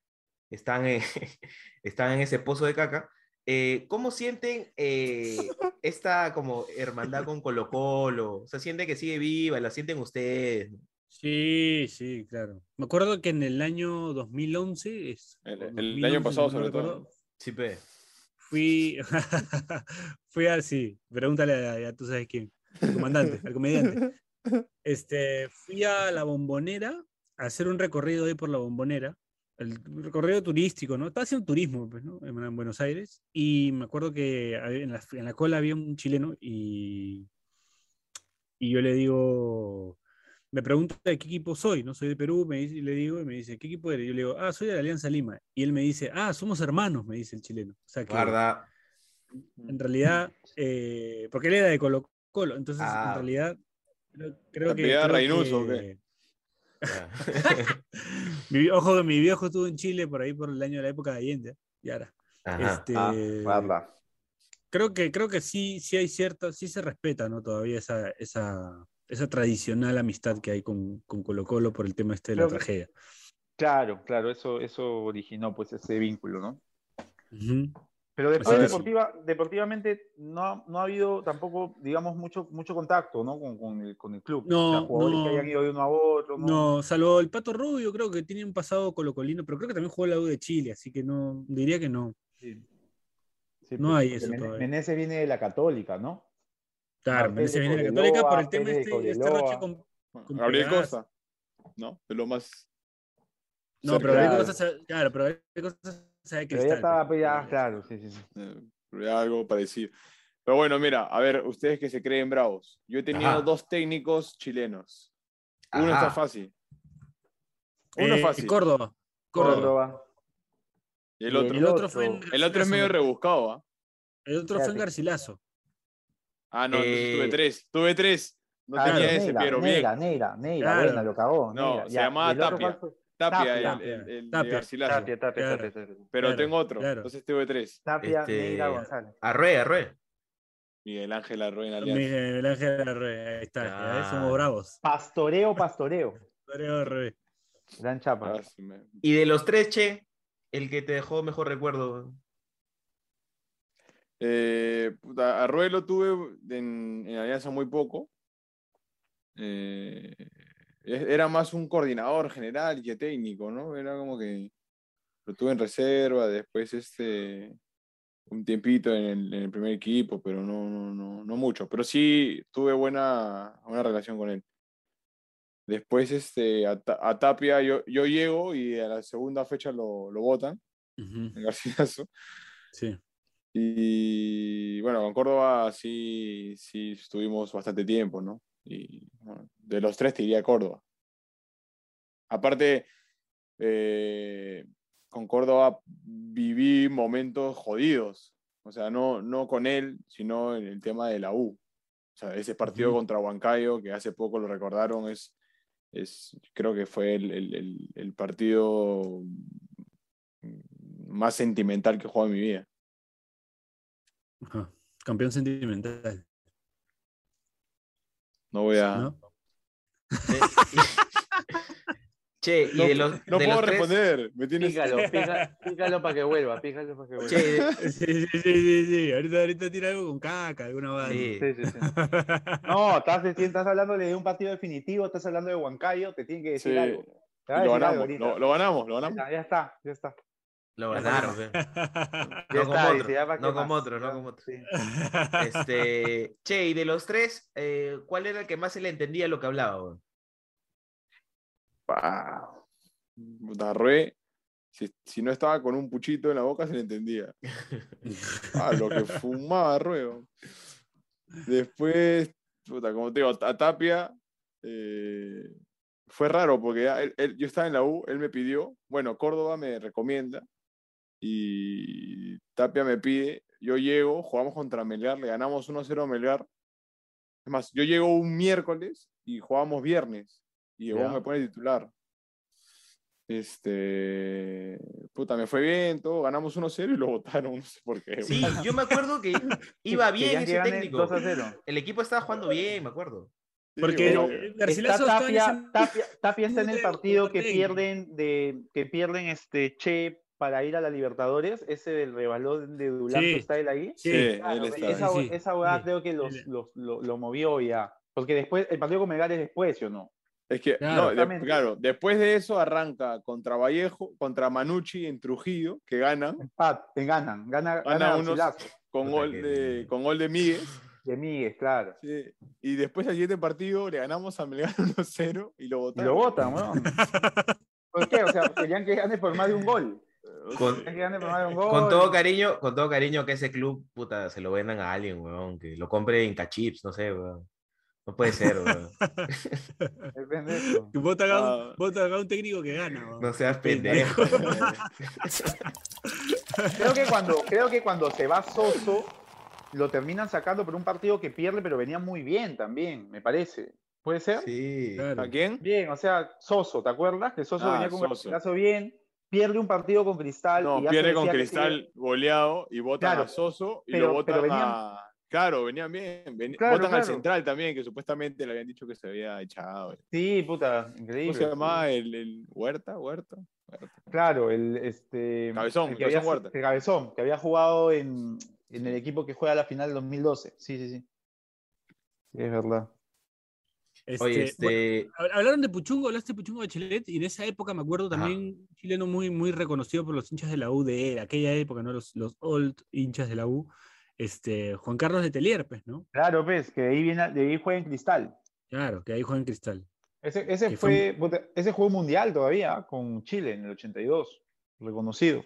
S4: están, en, están en ese pozo de caca. eh, ¿Cómo sienten eh, esta como hermandad con Colo Colo? O sea, sienten que sigue viva, la sienten ustedes.
S3: Sí, sí, claro. Me acuerdo que en el año 2011, es,
S6: El-
S3: o
S6: el año pasado, sobre todo.
S4: Sí, pe.
S3: fui, fui a, sí, pregúntale a, a tú sabes quién, al comandante, al comediante. Este, fui a la bombonera a hacer un recorrido ahí por la bombonera el recorrido turístico, ¿no? Estaba haciendo turismo pues, ¿no? en, en Buenos Aires y me acuerdo que en la, en la cola había un chileno y, y yo le digo, me pregunta de qué equipo soy, ¿no? Soy de Perú, me dice, y le digo, y me dice, ¿qué equipo eres? Yo le digo, ah, soy de la Alianza Lima. Y él me dice, ah, somos hermanos, me dice el chileno. O sea que
S4: Guarda.
S3: en realidad, eh, porque él era de Colo Colo, entonces
S4: Ah.
S3: en realidad creo, creo
S6: ¿La
S3: que...
S6: pegada
S3: creo
S6: Reynoso o
S3: que-
S6: qué?
S3: Ah. Mi- ojo que mi viejo estuvo en Chile por ahí por el año de la época de Allende. Y ahora.
S4: Ajá.
S3: este,
S5: Ah, guarda.
S3: creo que, creo que sí, sí hay cierta, sí se respeta, ¿no? Todavía esa, esa, esa tradicional amistad que hay con, con Colo Colo por el tema este de la
S5: Creo que-
S3: tragedia.
S5: Claro, claro, eso, eso originó pues ese vínculo, ¿no?
S3: Ujú.
S5: Pero después
S6: Así es.
S5: deportiva, deportivamente no ha, no ha habido tampoco, digamos, mucho, mucho contacto, ¿no? Con, con el, con el club.
S3: No,
S5: O sea, jugadores
S3: no.
S5: que hayan ido de uno a otro, ¿no?
S3: No, salvo el Pato Rubio, creo que tiene un pasado colocolino, pero creo que también jugó en la U de Chile, así que no, diría que no.
S5: Sí. Sí,
S3: No
S5: pues,
S3: hay
S5: porque
S3: eso
S5: Mene-
S3: todavía.
S5: Meneses viene de la Católica, ¿no?
S3: Claro,
S5: Martel
S3: Menezes
S5: de
S3: viene de la
S5: Cobreloa,
S3: Católica por el tema
S5: Pérez de
S3: este, este
S5: Cobreloa.
S3: racha con- Con
S6: Gabriel
S3: pegadas.
S6: Costa, ¿no? De lo más.
S3: No, pero
S6: cercano.
S3: Gabriel Costa se- claro, pero Gabriel Costa se da
S5: Pero ya
S3: cristal,
S5: estaba,
S3: pues.
S5: pues, ya, claro, sí, sí, sí.
S6: Eh, algo parecido. Pero bueno, mira, a ver, ustedes que se creen bravos. Yo he tenido
S4: Ajá.
S6: dos técnicos chilenos. Uno está
S4: Ajá.
S6: fácil. Uno
S3: Eh,
S6: fácil.
S3: Córdoba. Córdoba.
S5: Córdoba.
S6: Y el otro.
S3: El otro, fue en
S6: El otro es medio
S3: Garcilaso,
S6: rebuscado, ¿ah?
S3: El otro fue en
S5: Espérate.
S3: Garcilaso.
S6: Ah, no, entonces
S4: Eh,
S6: tuve tres. Tuve tres. No
S5: Ah,
S3: Claro.
S6: tenía ese,
S5: Neira,
S6: pero bien.
S5: Neira, Neira, Neira,
S3: Claro.
S5: buena, lo cagó.
S6: No,
S5: Neira,
S6: se
S5: ya.
S6: llamaba
S5: ¿Y el otro
S6: Tapia.
S5: cuál fue?
S6: Tapia, el-
S5: Tapia.
S6: el, el de
S3: Tapia.
S6: Garcilaso.
S5: Tapia, Tapia,
S3: Claro.
S5: Tapia, Tapia.
S6: Pero
S3: Claro,
S6: tengo otro.
S3: claro.
S6: Entonces tuve tres.
S5: Tapia,
S4: Este-
S5: Neira, González.
S4: Arrué, arrué.
S6: Miguel Ángel Arruina Alianza.
S3: Miguel Ángel Arre, ahí está. ya ves,
S4: Ah.
S3: somos bravos.
S5: Pastoreo, pastoreo.
S3: Toreo Arre.
S5: Gran chapa.
S6: Ah, sí, me-
S4: Y de los tres, che, el que te dejó mejor recuerdo.
S6: Eh, puta, a Roy lo tuve en, en Alianza muy poco. Eh, es- era más un coordinador general que técnico, ¿no? Era como que lo tuve en reserva, después este un tiempito en el, en el primer equipo, pero no, no, no, no mucho. Pero sí tuve buena, buena relación con él. Después este, a, Ta- a Tapia yo, yo llego y a la segunda fecha lo, lo botan,
S3: Ujú,
S6: en Garcilaso.
S3: Sí.
S6: Y bueno, con Córdoba sí, sí estuvimos bastante tiempo, ¿no? Y bueno, de los tres te diría Córdoba. Aparte, eh, con Córdoba viví momentos jodidos. O sea, no, no con él, sino en el tema de la U. O sea, ese partido
S3: Ujú.
S6: contra Huancayo, que hace poco lo recordaron, es, es creo que fue el, el- el- el partido más sentimental que he jugado en mi vida.
S3: Ajá. Campeón sentimental.
S6: No voy a. No,
S3: ¿no?
S4: Eh, y- che, y de los. de
S6: puedo
S4: los tres-
S6: responder. Me tienes.
S5: Pícalo, pícalo, pícalo para que vuelva, pícalo para que vuelva.
S4: Che, de-
S3: Sí, sí, sí, sí, sí. Ahorita, ahorita tira algo con caca, alguna vaina.
S4: sí.
S5: Sí, sí, sí. No, estás, recién- estás hablándole de un partido definitivo, estás hablando de Huancayo, te tienen que decir
S6: Sí,
S5: algo. Te va a
S6: Lo
S5: decir
S6: ganamos,
S5: algo
S6: lo,
S5: ahorita.
S6: lo ganamos, lo ganamos.
S5: Ya, ya está, ya está.
S4: Lo ganaron, pe.
S5: Ya
S4: No como
S5: está,
S4: otro,
S5: dice, ya para
S4: no
S5: qué
S4: como
S5: más.
S4: otro, no
S5: Ya,
S4: como otro.
S5: sí.
S4: Este, che, y de los tres, eh, ¿cuál era el que más se le entendía lo que hablaba? weón?
S6: Pa. Puta, Rue, Si, si no estaba con un puchito en la boca, se le entendía. Ah, lo que fumaba Ruego. Después, puta, como te digo, a Tapia eh, fue raro porque ya él- él- yo estaba en la U, él me pidió, bueno, Córdoba me recomienda y Tapia me pide, yo llego, jugamos contra Melgar, le ganamos 1-0 a Melgar. Es más, yo llego un miércoles y jugamos viernes y luego
S5: Ya.
S6: me pone titular. Este, puta, me fue bien, todo, ganamos 1-0 y lo votaron, no sé por qué.
S4: Sí, yo me acuerdo que iba bien
S5: Querían que
S4: ese
S5: gane
S4: técnico.
S5: 2 a 0.
S4: El equipo estaba jugando bien, me acuerdo.
S3: Porque
S6: bueno.
S3: eh,
S5: Está
S3: Garcilaso estaba en
S5: Tapia,
S3: ese-
S5: Tapia, Tapia está en el
S3: Puta,
S5: partido que
S3: Tapia.
S5: pierden, de, que pierden este Che para ir a la Libertadores, ese del rebalón de Dulán
S3: Sí.
S5: que está él ahí.
S3: Sí,
S6: Sí, él
S5: Claro,
S6: estaba.
S5: esa
S3: Sí, sí.
S5: esa hueá
S3: Sí.
S5: creo que los,
S3: Sí.
S5: los- lo, lo movió ya. Porque después, el partido con Melgar es después, ¿sí o no?
S6: Es que,
S3: Claro.
S6: no, de-
S5: Exactamente.
S6: claro, después de eso arranca contra Vallejo, contra Manucci en Trujillo, que ganan
S5: Pat, te eh, ganan, gana,
S6: Gana
S5: gana
S6: unos-
S5: Garcilaso,
S6: con,
S4: Puta,
S6: gol
S4: que-
S6: de, con gol de Míguez.
S5: de Miguel, claro.
S6: Sí. Y después al siguiente partido le ganamos a Melgar 1-0 y lo
S5: Y Lo
S6: votaron.
S5: votan, weón. ¿Por qué? O sea, querían que gane por más de un gol.
S4: Con,
S5: Querían que gane por más de un gol.
S4: con todo cariño, con todo cariño que ese club, puta, se lo vendan a alguien, weón, que lo compre en cachips, no sé, weón. No puede ser, weón.
S5: Es pendejo.
S3: Vota a
S6: Ah.
S3: un, vota a un técnico que gana. weón.
S4: No seas pendejo. weón.
S5: Creo que, cuando, creo que cuando se va Soso, lo terminan sacando por un partido que pierde, pero venía muy bien también, me parece. ¿Puede ser?
S4: Sí.
S3: Claro.
S6: ¿A quién?
S5: Bien, o sea, Soso, ¿te acuerdas? Que Soso
S6: Ah,
S5: venía con el
S6: Soso.
S5: brazo bien, pierde un partido con Cristal.
S6: No,
S5: y ya se
S6: pierde
S5: decía
S6: con
S5: que
S6: Cristal goleado y votan
S5: Claro,
S6: a Soso y
S5: pero-
S6: lo votan
S5: pero venían-
S6: a. Claro, venían bien. ven-
S5: Claro,
S6: votan al
S5: claro.
S6: central también, que supuestamente le habían dicho que se había echado.
S5: Sí, puta,
S6: ¿Cómo
S5: increíble.
S6: se llamaba el, el Huerta? Huerta.
S5: Claro, el este
S6: Cabezón,
S5: el que
S6: Cabezón
S5: había,
S6: Huerta.
S5: el Cabezón, que había jugado en, en el equipo que juega la final del 2012. Sí, sí, sí. Sí, es verdad.
S3: Este,
S4: Oye,
S3: bueno,
S4: este.
S3: hab- hablaron de Puchungo, hablaste de Puchungo Bachelet, y en esa época me acuerdo
S4: Ajá.
S3: también un chileno muy, muy reconocido por los hinchas de la U de era, aquella época, ¿no? Los, los old hinchas de la U, este, Juan Carlos de Telier, pues, ¿no?
S5: Claro, pues, que de ahí viene, de ahí juega en Cristal.
S3: Claro, que ahí juega en Cristal.
S5: Ese, ese
S3: Que fue
S5: fue, puta, ese jugó mundial todavía ¿ah? con Chile en el 82, reconocido.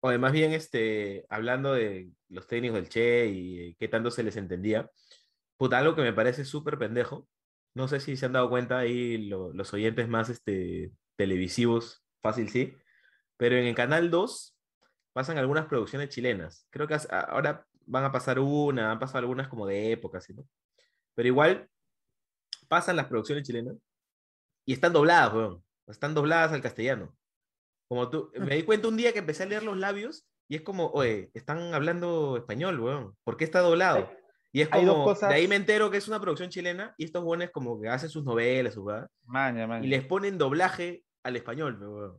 S4: Oye, más bien, este, hablando de los técnicos del Che y eh, qué tanto se les entendía, puta, algo que me parece súper pendejo, no sé si se han dado cuenta ahí lo- los oyentes más este, televisivos, fácil sí, pero en el Canal 2 pasan algunas producciones chilenas. Creo que as- a- ahora van a pasar una, han pasado algunas como de época, ¿sí, no? Pero igual pasan las producciones chilenas y están dobladas, weón, están dobladas al castellano. Como tú, me di cuenta un día que empecé a leer los labios y es como, oye, están hablando español, weón. ¿Por qué está doblado? Y es como,
S5: Hay dos cosas-
S4: de ahí me entero que es una producción chilena y estos buenos como que hacen sus novelas, sus huevadas,
S5: Maña, maña.
S4: y les ponen doblaje al español, pe, weón.
S5: Hay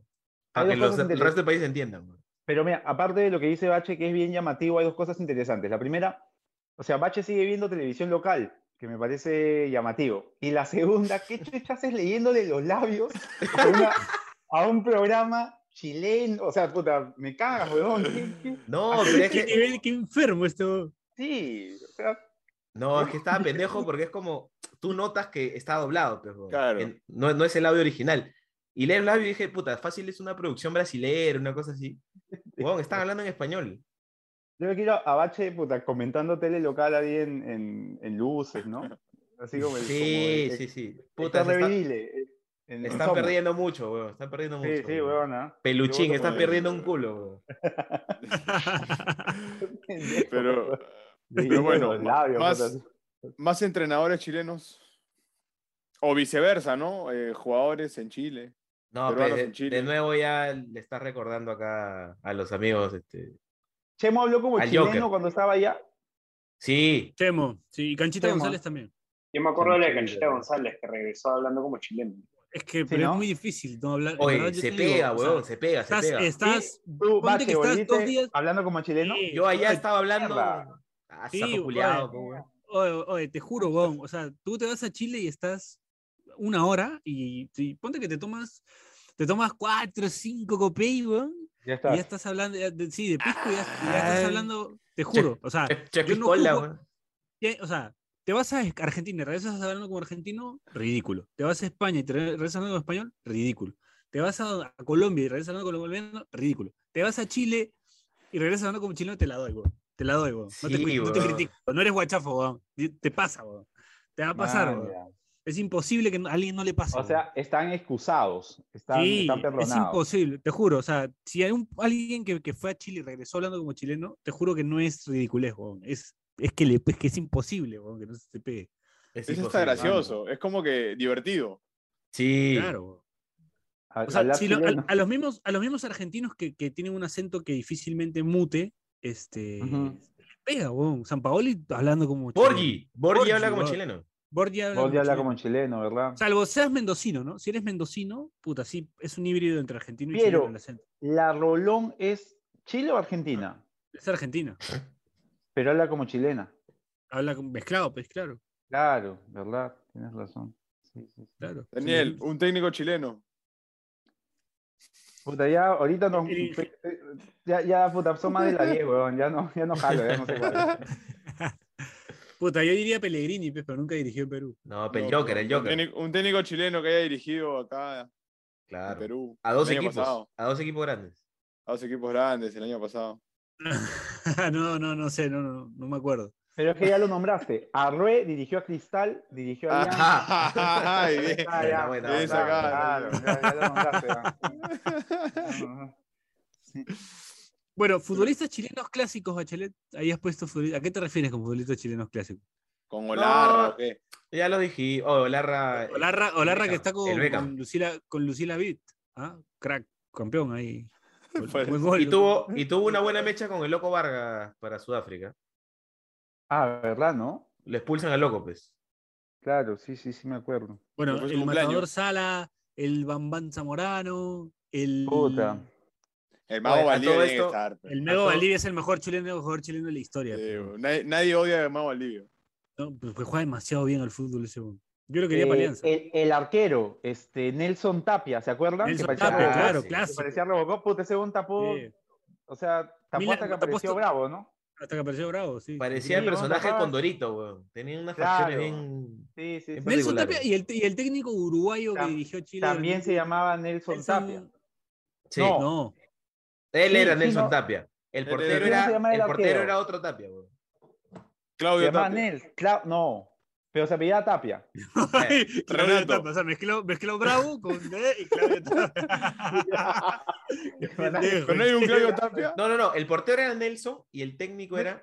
S4: Para que
S5: dos
S4: los,
S5: cosas
S4: el
S5: interes-
S4: resto del país entiendan, weón.
S5: Pero mira, aparte de lo que dice Bache, que es bien llamativo, hay dos cosas interesantes. La primera, o sea, Bache sigue viendo televisión local, que me parece llamativo. Y la segunda, ¿qué chucha haces leyéndole los labios a, una- a un programa chileno? O sea, puta, me cagas, weón. ¿qué- qué?
S4: No, pero es
S3: ¿Qué
S4: que,
S3: nivel, qué enfermo esto?
S5: Sí, o sea,
S4: no, es que estaba pendejo porque es como, tú notas que está doblado, pero
S6: Claro.
S4: no, no es el audio original. Y leer el audio y dije, puta, fácil es una producción brasilera, una cosa así. Weón, están hablando en español.
S5: yo me quiero a Bache, puta, comentando tele local ahí en, en- en luces, ¿no? Así como el.
S4: Sí,
S5: como el-
S4: sí, sí.
S5: Puta,
S4: Puta, se está-
S5: Están
S4: están perdiendo mucho, weón. Están perdiendo mucho.
S5: Sí, sí,
S4: weón.
S5: weón, ¿ah?
S4: Peluchín,
S5: Yo voto
S4: están
S5: por-
S4: perdiendo un culo, weón.
S6: Pero,
S5: Leyendo
S6: pero bueno,
S5: los labios,
S6: más,
S5: puta.
S6: más entrenadores chilenos. O viceversa, ¿no? Eh, jugadores en Chile.
S4: No,
S6: Peruanos
S4: pero
S6: en Chile.
S4: de nuevo ya le estás recordando acá a los amigos. Este...
S5: Chemo habló como
S4: Al
S5: chileno
S4: Joker.
S5: cuando estaba allá.
S4: Sí,
S3: Chemo, sí, y Canchita
S5: Chemo.
S3: González también.
S8: Yo me acuerdo de la
S4: Sí,
S8: Canchita
S4: sí.
S8: González, que regresó hablando como chileno.
S3: Es que
S5: Sí,
S3: pero
S5: ¿no?
S3: es muy difícil no hablar. en verdad,
S4: oye,
S3: yo
S4: se
S3: te digo,
S4: pega,
S3: o sea,
S4: weón, se pega, se
S3: Estás,
S4: pega.
S3: estás,
S5: Tú,
S3: Ponte que
S5: Bache,
S3: estás dos
S5: volviste
S3: días-
S5: hablando como chileno.
S3: Sí,
S4: Yo allá
S3: oye,
S4: estaba hablando.
S5: mierda.
S4: Ah,
S3: Sí,
S4: sapo
S3: weón.
S4: culiao, po, weón.
S3: Oye, oye, te juro, weón. O sea, tú te vas a Chile y estás una hora y, y ponte que te tomas, te tomas cuatro, cinco copey, weón.
S5: Ya
S3: Y
S5: está.
S3: ya estás hablando, ya de- sí, de pisco, ya, ya estás hablando, te juro. O sea,
S4: Che- che
S3: yo no
S4: piscola,
S3: juzgo-
S4: weón.
S3: ya- o sea, te vas a Argentina y regresas hablando como argentino, ridículo. Te vas a España y te re- regresas hablando como español, ridículo. Te vas a, a Colombia y regresas hablando como colombiano, ridículo. Te vas a Chile y regresas hablando como chileno, te la doy, weón. Te la doy, weón. No, te,
S4: Sí,
S3: cui- no te
S4: weón.
S3: critico, no eres guachafo, weón. Di- Te pasa, weón. Te va a pasar,
S5: Maña.
S3: weón. Es imposible que no- a alguien no le pase.
S5: O
S3: weón.
S5: sea, están excusados. Están,
S3: Sí,
S5: están
S3: es
S5: perdonados.
S3: imposible, te juro. O sea, si hay un, alguien que, que fue a Chile y regresó hablando como chileno, te juro que no es ridiculez, weón. Es, es, que le, es que es imposible, weón, que no se te pegue.
S4: Es
S6: Eso
S4: imposible,
S6: está gracioso.
S4: mano.
S6: Es como que divertido.
S4: Sí,
S3: Claro, weón.
S5: A-
S3: O sea,
S5: hablar
S3: si lo- a,
S5: chileno.
S3: a los mismos, a los mismos argentinos que, que tienen un acento que difícilmente mute, este,
S5: Ujú.
S3: les pega, weón. San Paoli hablando como chileno.
S4: Borgi. Borgi
S3: Borgi,
S4: habla como
S3: weón.
S4: chileno.
S3: Borgi habla
S5: Vos
S3: como
S5: ya habla
S3: chileno.
S5: como chileno, ¿verdad?
S3: Salvo seas mendocino, ¿no? Si eres mendocino, puta, sí, es un híbrido entre argentino y
S5: Pero-
S3: chileno el acento.
S5: La Rolón es Chile o Argentina,
S3: Es argentina.
S5: pero habla como chilena.
S3: Habla con- mezclado, pues claro,
S5: Claro, ¿verdad? Tienes razón. Sí, sí, sí.
S3: claro.
S6: Daniel, un técnico chileno.
S5: Puta, ya ahorita nos.
S3: El-
S5: Ya, ya, puta, son más de la 10, weón. Ya no, ya no jalo, ya no sé cuál.
S3: Puta, yo diría Pellegrini, pues, pero nunca dirigió en Perú.
S4: No, pero el
S6: No,
S4: Joker, el
S6: un
S4: Joker.
S6: técnico- Un técnico chileno que haya dirigido acá. de
S4: Claro.
S6: Perú.
S4: A dos
S6: El año
S4: equipos.
S6: pasado.
S4: A dos equipos grandes.
S6: A dos equipos grandes el año pasado.
S3: no, no, no sé, no, no, no me acuerdo.
S5: Pero es que ya lo nombraste. Arrué dirigió a Cristal, dirigió a Alianza.
S6: Ay, bien.
S5: Ah, ya,
S4: Buena,
S5: claro,
S6: buena,
S5: claro, ya- ya lo nombraste, ya.
S3: Bueno, futbolistas chilenos clásicos, Bachelet. Ahí has puesto futboli- ¿A qué te refieres con futbolistas chilenos clásicos?
S6: Con Olarra,
S4: No.
S6: ¿o qué?
S4: Ya lo dije. Oh, Larra.
S3: Olarra, Olarra que
S4: Beckham,
S3: está con,
S4: el Beckham.
S3: con Lucila, con Lucila Vitt, ¿ah? Crack, campeón ahí. Buen-
S6: Parece.
S3: buen gol.
S4: Y tuvo, y tuvo una buena mecha con el loco Vargas para Sudáfrica.
S5: Ah, ¿verdad, no?
S4: Le expulsan al loco, pues.
S5: Claro, sí, sí, sí me acuerdo.
S3: Bueno,
S6: Fue su
S3: el
S6: cumpleaños.
S3: matador Sala, el Bambán Zamorano, el.
S5: Puta.
S6: El
S4: Oye,
S6: mago
S4: a
S6: Valdivia
S4: todo
S6: tiene que
S4: esto,
S6: estar. pe.
S3: El Mego
S4: Pato.
S3: Valdivia es el mejor chileno, el mejor chileno de la historia.
S6: Sí,
S3: pero,
S4: pues.
S6: bo. nadie, nadie odia al mago Valdivia.
S3: ¿no? Porque juega demasiado bien al fútbol ese weón. Yo lo quería para
S5: Eh,
S3: Alianza.
S5: el, el arquero, este, Nelson Tapia, ¿se acuerdan?
S3: Nelson
S5: parecía
S3: Tapia,
S5: Robocop,
S3: claro,
S4: sí,
S5: Que
S3: clásico.
S5: parecía Robocop, puta, ese un tapó,
S3: Sí,
S5: o sea, tapó
S3: Milan-
S5: hasta que
S3: tapó
S5: apareció
S3: hasta-
S5: Bravo, ¿no?
S3: hasta que apareció Bravo, sí.
S4: Parecía el
S5: Sí, vamos,
S4: personaje de
S5: capaz.
S4: Condorito, weón. Tenía unas
S5: Claro.
S4: facciones bien.
S5: Sí, sí, sí.
S4: Nelson
S3: Nelson
S4: particular.
S3: Tapia y el, y el técnico uruguayo que
S5: Tam-
S3: dirigió Chile.
S5: También se llamaba Nelson,
S3: Nelson-
S5: Tapia.
S4: Sí.
S5: No.
S3: No,
S4: Él
S5: Sí,
S4: era
S5: sí,
S4: Nelson
S5: no.
S4: Tapia.
S6: Él
S4: El
S6: era-
S4: portero
S5: ¿Cómo se llama
S4: era,
S5: el
S4: el portero
S5: arquero?
S4: era otro Tapia, weón.
S5: Se
S6: Claudio
S5: llamaba
S6: Tapia.
S5: Nel, Cla- no, pero se apellidaba Tapia.
S3: Claudio
S6: Renato.
S3: Tapia, o sea, mezcló, mezcló Bravo con D y Claudio Tapia. Qué pendejo.
S6: Pero no hay un Claudio Tapia.
S4: No, no, no. El portero era Nelson y el técnico era.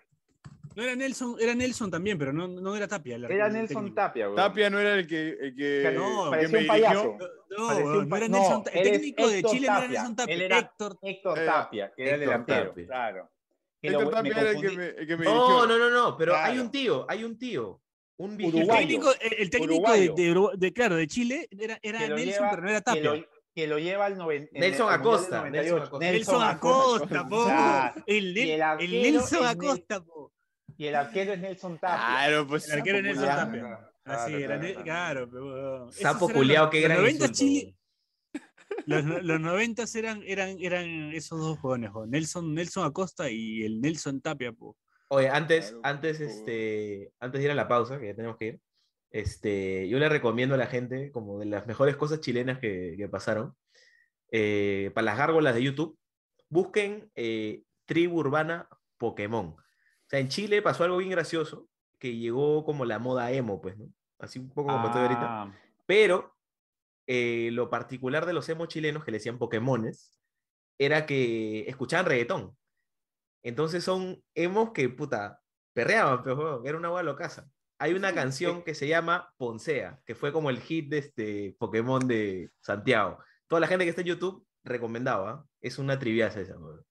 S3: No era Nelson, era Nelson también, pero no, no era Tapia. el
S5: Era
S3: el
S5: Nelson
S3: técnico.
S5: Tapia, güey.
S6: Tapia no era el que, el que,
S3: No,
S6: el
S5: parecía
S6: que me
S5: un
S6: dirigió.
S3: No,
S5: payaso. Parecía
S3: weón,
S5: un
S3: no
S5: pa-
S3: era
S5: no,
S3: Nelson, el
S5: él es
S3: técnico de
S5: Héctor
S3: Chile no era
S5: Tapia,
S3: Nelson Tapia.
S5: él era-
S3: Héctor,
S5: Héctor
S6: Era-
S5: Tapia, que era el
S4: Héctor
S5: delantero,
S4: Tapia.
S5: claro. Que lo-
S6: Héctor Este
S5: me
S6: Tapia era el que
S5: confundí.
S6: me, el que me
S4: No,
S6: dirigió.
S4: Oh, no, no, no. Pero hay
S6: Claro.
S4: un tío, hay un tío. Un viejito.
S3: el
S5: Uruguayo.
S3: técnico, el, el técnico de,
S5: Uruguayo.
S3: de Urugu- de- claro, de Chile era, era
S5: Que lo
S3: Nelson,
S5: lleva-
S3: pero no era
S5: que
S3: Tapia.
S5: lo, que lo lleva al noven- en el
S4: Nelson
S5: al Mundial del
S4: Acosta,
S5: 98.
S4: Nelson Acosta.
S3: Nelson Acosta, po.
S5: Claro.
S3: El,
S5: Y el
S3: el
S5: arquero
S3: Nelson
S5: es
S3: Acosta, po.
S5: Y el arquero es Nelson Tapia.
S6: Claro, pues.
S3: Ah, El arquero Nelson
S5: Claro,
S3: Tapia.
S5: claro,
S3: Así
S5: claro,
S3: era,
S5: claro,
S3: ne-
S5: claro.
S3: claro, pero, weón.
S4: Sapo
S3: Esos eran
S4: culiao,
S3: los-
S4: qué
S3: los
S4: gran
S3: 90
S4: insulto.
S3: Chile-
S4: weón.
S3: Los, no- los 90 eran, eran, eran esos dos jóvenes, weón. Nelson, Nelson Acosta y el Nelson Tapia, po.
S4: Oye, antes,
S6: Claro,
S4: antes,
S6: por favor.
S4: este, antes de ir a la pausa, que ya tenemos que ir, este, yo le recomiendo a la gente, como de las mejores cosas chilenas que, que pasaron, eh, para las gárgolas de YouTube, busquen eh, Tribu Urbana Pokémon. O sea, en Chile pasó algo bien gracioso, que llegó como la moda emo, pues, ¿no? Así un poco como estoy ahorita.
S5: Ah,
S4: Pero eh, lo particular de los emos chilenos que le decían Pokémones era que escuchaban reggaetón. Entonces son emos que, puta, perreaban, pero huevón, era una hueá casa Hay una canción que se llama Poncea, que fue como el hit de este Pokémon de Santiago. Toda la gente que está en YouTube, recomendaba. Es una triviaza esa, huevón.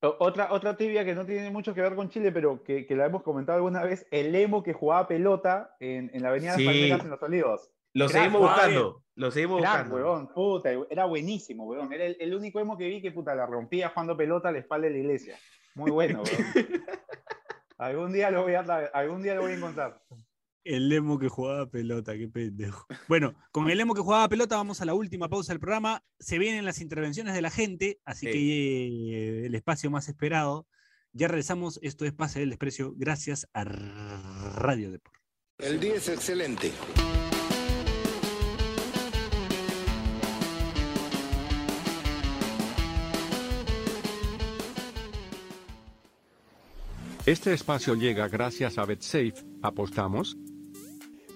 S5: o- Otra, otra trivia que no tiene mucho que ver con Chile, pero que, que la hemos comentado alguna vez, el emo que jugaba pelota en, en la Avenida de
S4: Sí.
S5: las Palmeras en Los Olivos.
S4: Lo
S5: Crack,
S4: seguimos
S5: huevón.
S4: buscando,
S3: eh.
S4: lo seguimos
S5: Crack,
S4: buscando.
S5: weón, puta, era buenísimo, weón. Era el, el único emo que vi que puta la rompía jugando pelota a la espalda de la iglesia. Muy bueno, weón. algún día lo voy a algún día lo voy a encontrar.
S3: El Lemo que jugaba pelota, qué pendejo. Bueno, con el Lemo que jugaba pelota vamos a la última pausa del programa. Se vienen las intervenciones de la gente, así
S4: Sí.
S3: que eh, el espacio más esperado. Ya regresamos, esto es Pase del Desprecio, gracias a Radio Deport.
S9: El 10 excelente.
S10: Este espacio llega gracias a BetSafe. ¿Apostamos?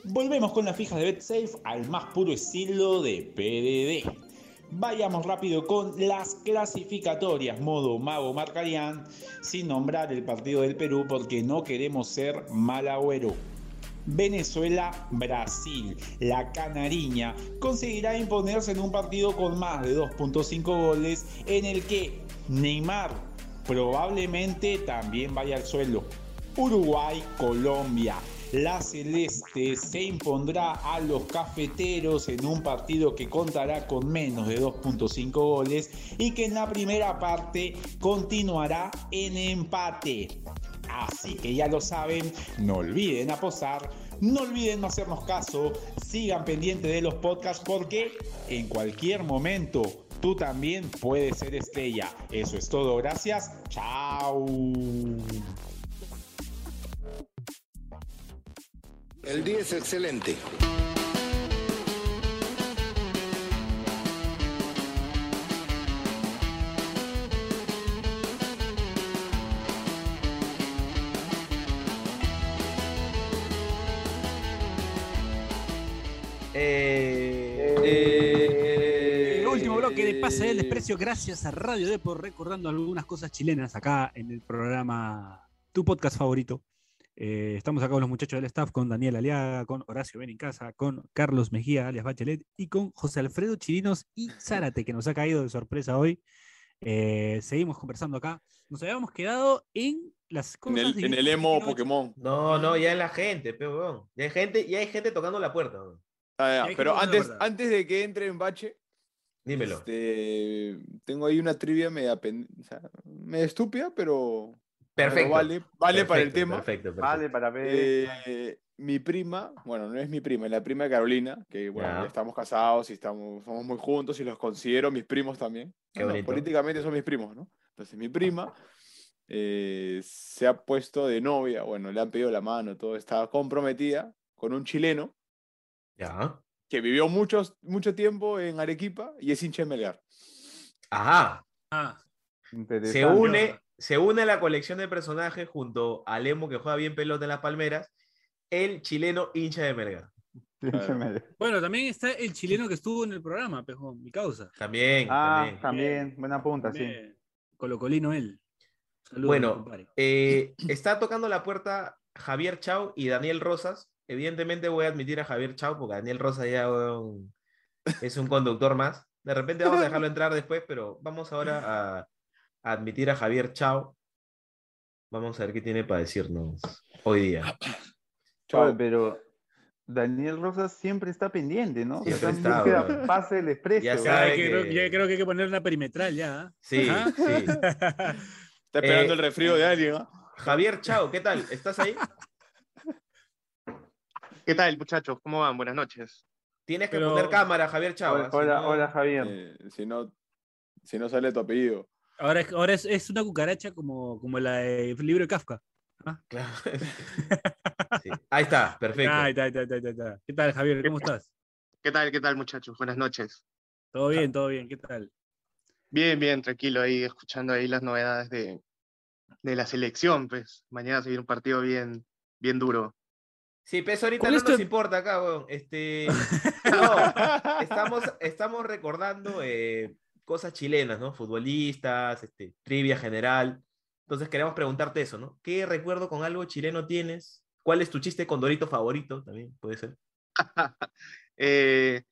S11: Volvemos con las fijas de BetSafe al más puro estilo de PDD. Vayamos rápido con las clasificatorias, modo mago marcarían, sin nombrar el partido del Perú porque no queremos ser mal agüero. Venezuela-Brasil. La canariña conseguirá imponerse en un partido con más de 2.5 goles en el que Neymar probablemente también vaya al suelo. Uruguay-Colombia. La celeste se impondrá a los cafeteros en un partido que contará con menos de 2.5 goles y que en la primera parte continuará en empate. Así que ya lo saben, no olviden apostar, no olviden no hacernos caso, sigan pendientes de los podcasts porque en cualquier momento tú también puedes ser estrella. Eso es todo, gracias, chao.
S9: El 10 excelente.
S4: Eh,
S3: El último bloque de Pase del Desprecio, gracias a Radio Depor, recordando algunas cosas chilenas acá en el programa Tu Podcast Favorito. Eh, estamos acá con los muchachos del staff, con Daniel Aliaga, con Horacio Benincasa, con Carlos Mejía, alias Bachelet, y con José Alfredo Chirinos y Zárate, que nos ha caído de sorpresa hoy. Eh, seguimos conversando acá. Nos habíamos quedado en las
S6: En
S3: cosas.
S6: el,
S3: de-
S6: en el emo Pokémon.
S4: No, no, ya es la gente, pero weón. Ya hay gente, ya hay gente tocando la puerta, weón.
S6: Ah, ya,
S3: hay que
S6: Pero
S3: poner la
S6: antes,
S3: verdad.
S6: antes de que entre en bache,
S4: Dímelo.
S6: este, tengo ahí una trivia media, pen- o sea, media estúpida, pero, pero
S4: Perfecto.
S6: vale, vale para el
S4: Perfecto,
S6: tema.
S4: Perfecto, perfecto.
S5: Vale, para ver.
S6: Eh, mi prima, bueno, no es mi prima, es la prima de Carolina, que bueno,
S4: Ya.
S6: ya estamos casados y estamos, somos muy juntos y los considero mis primos también.
S4: Qué
S6: Bueno,
S4: bonito.
S6: políticamente son mis primos, ¿no? Entonces mi prima eh, se ha puesto de novia, bueno, le han pedido la mano, todo, estaba comprometida con un chileno
S4: Ya.
S6: que vivió muchos, mucho tiempo en Arequipa y es hincha de Melgar.
S4: Ajá.
S3: Ah,
S5: Interesante.
S4: Se une, se une a la colección de personajes junto a Lemo que juega bien pelota en las palmeras, el chileno hincha de Melgar.
S3: bueno, también está el chileno que estuvo en el programa, Pejón, mi causa.
S4: También,
S5: Ah,
S4: también.
S5: también. Buena punta, sí.
S3: Eh, Colocolino él. Saludos,
S4: Bueno,
S3: compadre.
S4: Eh, está tocando la puerta Javier Chau y Daniel Rosas. Evidentemente voy a admitir a Javier Chau porque Daniel Rosas ya weón, es un conductor más. De repente vamos a dejarlo entrar después, pero vamos ahora a, a admitir a Javier Chau. Vamos a ver qué tiene para decirnos hoy día.
S5: Oye, pero Daniel Rosas siempre está pendiente, ¿no?
S4: Siempre
S5: en
S4: está,
S5: búsqueda,
S4: weón.
S5: pase el expreso.
S4: Ya
S5: weón.
S4: sabe.
S3: Ya, que
S4: que-
S3: creo, ya creo que hay que poner una perimetral ya.
S4: Sí,
S3: Ajá.
S4: sí.
S3: ¿ah?
S6: Está esperando
S4: Eh,
S6: el refrío de alguien, ¿ah?
S4: Javier Chau, ¿qué tal? ¿Estás ahí?
S1: ¿Qué tal, muchachos? ¿Cómo van? Buenas noches.
S4: Tienes que
S3: Pero-
S4: poner cámara, Javier Chau.
S5: Hola,
S4: así
S5: hola,
S4: no-
S5: hola, Javier.
S6: Eh, si, no, si no sale tu apellido.
S3: Ahora, es, ahora es, es una cucaracha como, como la del libro de Kafka.
S4: Claro. Sí. Ahí está, perfecto.
S3: Ahí está, ahí está, ahí está, ahí está. ¿Qué tal, Javier? ¿Cómo estás?
S1: ¿Qué tal, qué tal, muchachos? Buenas noches.
S4: Ah.
S3: Todo bien, todo bien. ¿Qué tal?
S1: Bien, bien, tranquilo ahí, escuchando ahí las novedades de, de la selección, pues. Mañana se viene un partido bien, bien duro.
S4: Sí, peso ahorita
S3: ¿Cuál
S4: no
S3: es tu-
S4: nos importa acá, weón. Este, no, estamos, estamos recordando eh, cosas chilenas, ¿no? Futbolistas, este, trivia general. Entonces queremos preguntarte eso, ¿no? ¿Qué recuerdo con algo chileno tienes? ¿Cuál es tu chiste con Dorito favorito? También puede ser.
S1: Eh,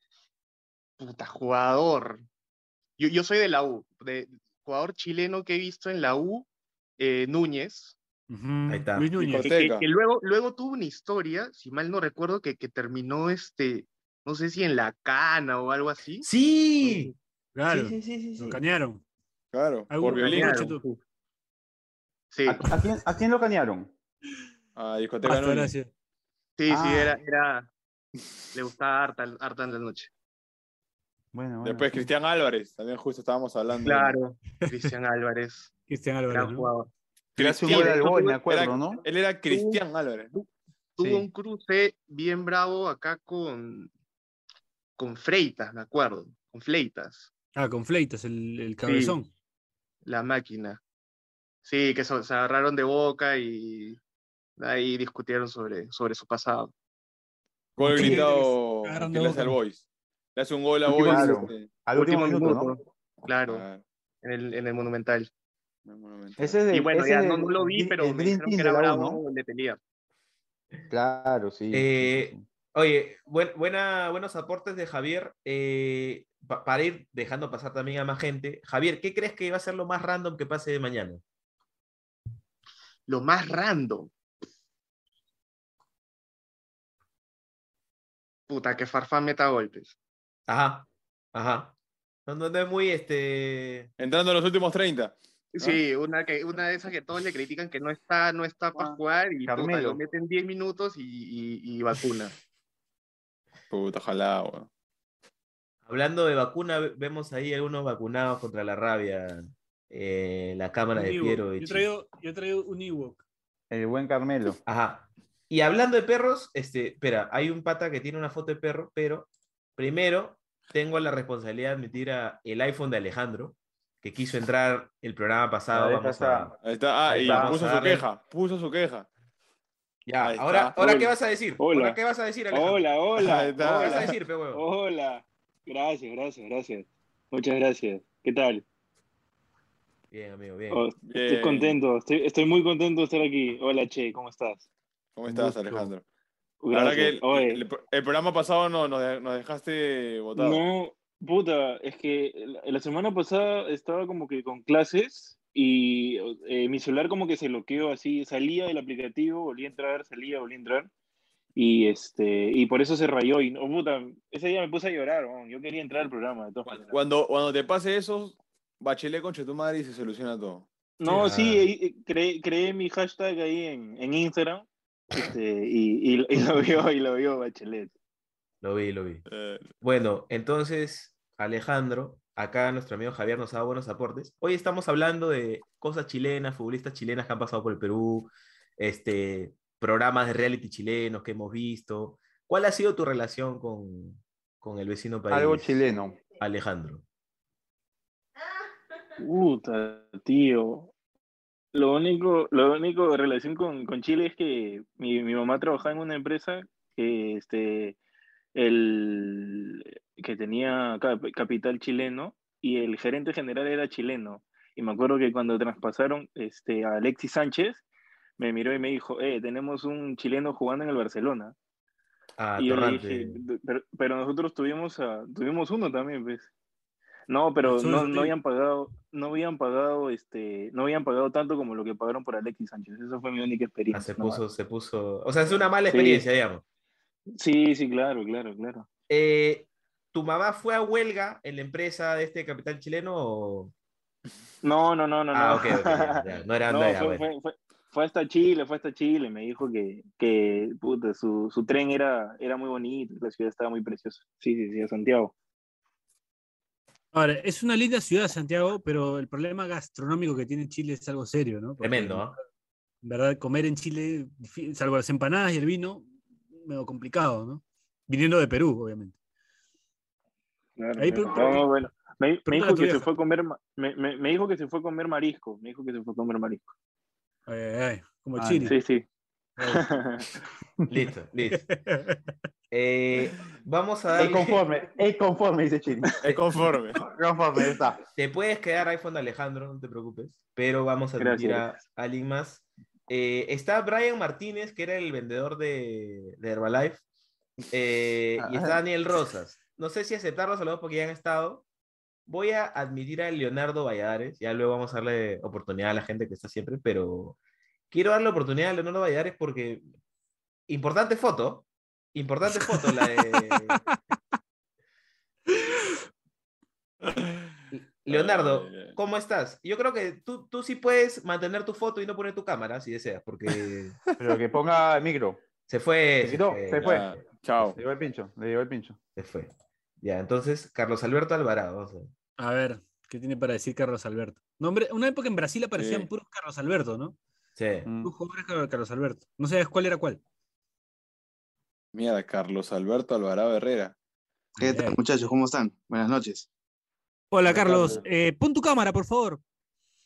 S1: puta, jugador. Yo, yo soy de la U, de jugador chileno que he visto en la U, eh, Núñez,
S3: Ujú.
S4: Ahí está.
S3: Luis Núñez.
S1: que, que-
S6: Ortega.
S1: que luego, luego tuvo una historia, si mal no recuerdo, que, que terminó este, no sé si en la cana o algo así.
S4: Sí,
S3: Claro.
S4: sí, sí, sí,
S3: Lo
S4: sí.
S3: cañaron.
S6: Claro,
S3: Algún-
S6: por violín.
S3: algún
S1: Claro.
S3: cheto-
S4: eh.
S1: Sí,
S5: ¿A, a quién, a quién lo cañaron?
S6: A discoteca
S3: Basta,
S6: Núñez.
S3: gracias.
S1: sí, sí,
S5: Ah.
S1: era, era, le gustaba harta, harta en la noche.
S5: Bueno, bueno.
S6: Después Cristian Álvarez, también justo estábamos hablando.
S1: Claro, Cristian Álvarez,
S3: Cristian
S1: gran
S3: Álvarez. ¿no?
S1: jugador.
S5: Hizo
S6: Cristian,
S5: un gol al
S1: Era-
S5: gol, me
S1: era-
S5: acuerdo, ¿no?
S6: Él
S12: Uh,
S6: era Cristian Álvarez.
S1: Tuvo
S4: Sí.
S1: un cruce bien bravo acá con, con Freitas, me acuerdo, con Fleitas,
S3: Ah, con Fleitas, el, el cabezón.
S1: la máquina. Sí, que so- se agarraron de boca y ahí discutieron sobre, sobre su pasado.
S6: Gol
S3: Sí,
S6: gritado
S3: agarran
S6: que
S3: de
S6: le hace
S3: boca.
S6: al Boys. Le hace un gol a Boys.
S5: Claro.
S6: este,
S5: Al último, minuto, ¿no? Ah.
S1: Claro,
S6: claro,
S1: en, el, en el Monumental.
S6: no es monumental.
S5: Ese es de,
S1: Y bueno,
S5: ese
S1: ya
S5: es
S1: no,
S5: del-
S1: no lo vi,
S5: el
S1: pero me
S5: Dream
S1: dijeron
S5: Team
S1: que
S5: de
S1: era
S5: la U, ¿no?
S1: bravo de pelea.
S5: Claro, sí.
S4: Eh, Oye, buen- buena, buenos aportes de Javier. eh, pa- para ir dejando pasar también a más gente. Javier, ¿qué crees que va a ser lo más random que pase mañana?
S1: Lo más random. Puta, que Farfán meta golpes.
S4: Ajá, ajá. No, no, no es muy este.
S6: Entrando en los últimos 30.
S5: ¿Ah?
S1: Sí, una, que, una de esas que todos le critican que no está, no está para
S5: Ah,
S1: jugar y puta,
S5: Carmelo.
S1: lo meten 10 minutos y, y- y vacuna.
S6: Puta, ojalá, weón.
S4: Hablando de vacuna, ve- vemos ahí algunos vacunados contra la rabia. eh, la cámara
S3: Un
S4: de
S3: Ewok.
S4: Piero. y
S3: yo,
S4: Chi.
S3: traigo, yo traigo un Ewok.
S5: El buen Carmelo.
S4: Ajá. Y hablando de perros, este, espera, hay un pata que tiene una foto de perro, pero primero tengo la responsabilidad de admitir a el iPhone de Alejandro, que quiso entrar el programa pasado.
S5: La vez
S4: Vamos a-
S5: pasada.
S6: Ahí está. Ah,
S4: Ahí
S6: y
S4: vamos
S6: puso
S4: a
S6: su
S4: darle.
S6: queja. Puso su queja.
S4: Ya,
S12: Ahí
S4: ahora,
S12: está.
S4: ahora
S12: Hola.
S4: ¿qué vas a decir?
S12: Hola.
S4: Ahora, ¿qué vas a decir, Alejandro?
S12: Hola,
S4: ¿Qué
S12: hola.
S4: vas
S12: hola.
S4: a decir, pe huevo?
S12: Hola. Gracias, gracias, gracias. Muchas gracias. ¿Qué tal?
S4: Bien, amigo, bien.
S12: Oh, estoy contento, estoy, estoy muy contento de estar aquí. Hola, Che, ¿cómo estás?
S6: ¿Cómo estás,
S12: gusto.
S6: Alejandro?
S12: Gracias.
S6: La verdad que el,
S12: Oye.
S6: el- el programa pasado no- nos, de- nos dejaste votado.
S12: No, puta, es que la- la semana pasada estaba como que con clases y eh, mi celular como que se bloqueó así, salía del aplicativo, volví a entrar, salía, volví a entrar y este y por eso se rayó y no, puta, ese día me puse a llorar, weón, yo quería entrar al programa de todas maneras.
S6: Cuando, cuando te pase eso, bachelet con tu madre y se soluciona todo.
S12: No, sí, eh, eh, creé, creé mi hashtag ahí en, en Instagram este, y, y- y lo vio, y lo vio Bachelet.
S4: Lo vi, lo vi.
S6: Eh,
S4: Bueno, entonces, Alejandro, acá nuestro amigo Javier nos ha dado buenos aportes. Hoy estamos hablando de cosas chilenas, futbolistas chilenas que han pasado por el Perú, este, programas de reality chilenos que hemos visto. ¿Cuál ha sido tu relación con, con el vecino país?
S5: Algo chileno.
S4: Alejandro.
S12: Puta, tío. Lo único, lo único de relación con, con Chile es que mi, mi mamá trabajaba en una empresa que, este, el, que tenía cap- capital chileno y el gerente general era chileno. Y me acuerdo que cuando traspasaron este, a Alexis Sánchez, me miró y me dijo, eh, tenemos un chileno jugando en el Barcelona.
S4: Ah,
S12: Y yo le
S4: Torrante.
S12: dije, pero, pero nosotros tuvimos, a- tuvimos uno también, pues. No, pero
S4: Solo
S12: no,
S4: eso
S12: no
S4: te digo.
S12: habían pagado, no habían pagado, este, no habían pagado tanto como lo que pagaron por Alexis Sánchez. Esa fue mi única
S4: Ah,
S12: experiencia.
S4: se
S12: nomás.
S4: puso, se puso. O sea, es una mala
S12: eh. Sí.
S4: experiencia, digamos.
S12: Sí, sí, claro, claro, claro.
S4: Eh, ¿tu mamá fue a huelga en la empresa de este capital chileno o.?
S12: No, no, no, no,
S4: Ah,
S12: no.
S4: ok, ok, ya, ya. No era Andrea,
S12: fue,
S4: bueno.
S12: fue- fue- fue hasta Chile, fue hasta Chile. Me dijo que, que puta, su, su tren era, era muy bonito, la ciudad estaba muy preciosa. Sí, sí, sí, a Santiago.
S3: Ahora, es una linda ciudad, Santiago, pero el problema gastronómico que tiene Chile es algo serio, ¿no? Porque,
S4: Tremendo, ¿ah?
S3: En verdad, comer en Chile, difi- salvo las empanadas y el vino, medio complicado, ¿no? Viniendo de Perú, obviamente.
S12: Claro,
S3: Ahí
S12: claro.
S3: pregunta-
S12: No, bueno. Me, me
S3: pregunta a
S12: dijo
S3: tu
S12: que se
S3: vieja.
S12: fue a comer, ma- me, me- me dijo que se fue a comer marisco. Me dijo que se fue a comer marisco.
S3: Ay, ay, ay, como
S12: Ah,
S3: Chile.
S12: Sí, sí.
S4: Listo, listo. Eh, vamos a
S5: Es
S4: darle.
S5: conforme, es conforme, dice Chile.
S6: Es conforme.
S5: conforme, ya está.
S4: Te puedes quedar iPhone Alejandro, no te preocupes. Pero vamos a
S5: Gracias,
S4: admitir a a alguien más. Eh, está Brian Martínez, que era el vendedor de, de Herbalife. Eh, y está Daniel Rosas. No sé si aceptar los saludos porque ya han estado. Voy a admitir a Leonardo Valladares. Ya luego vamos a darle oportunidad a la gente que está siempre, pero quiero darle oportunidad a Leonardo Valladares porque. Importante foto. Importante foto la de. Leonardo,
S6: Ay, ay.
S4: ¿cómo estás? Yo creo que tú, tú sí puedes mantener tu foto y no poner tu cámara si deseas, porque
S5: Pero que ponga el micro.
S4: se fue.
S5: Se quitó, se fue.
S6: Ah, chao.
S5: Le llegó el pincho, le llegó el pincho.
S4: Se fue. Ya, entonces, Carlos Alberto Alvarado. vamos a ver.
S3: A ver, ¿qué tiene para decir Carlos Alberto? No, hombre, una época en Brasil aparecían
S6: Sí.
S3: puros Carlos Alberto, ¿no?
S4: Sí.
S13: Mm.
S5: Mm.
S3: Puros jugadores Car- Carlos Alberto. No sabías cuál era cuál.
S6: Mierda, Carlos Alberto Alvarado Herrera.
S14: ¿Qué tal, muchachos? ¿Cómo están? Buenas noches.
S3: Hola, Carlos. Eh, pon tu cámara, por favor.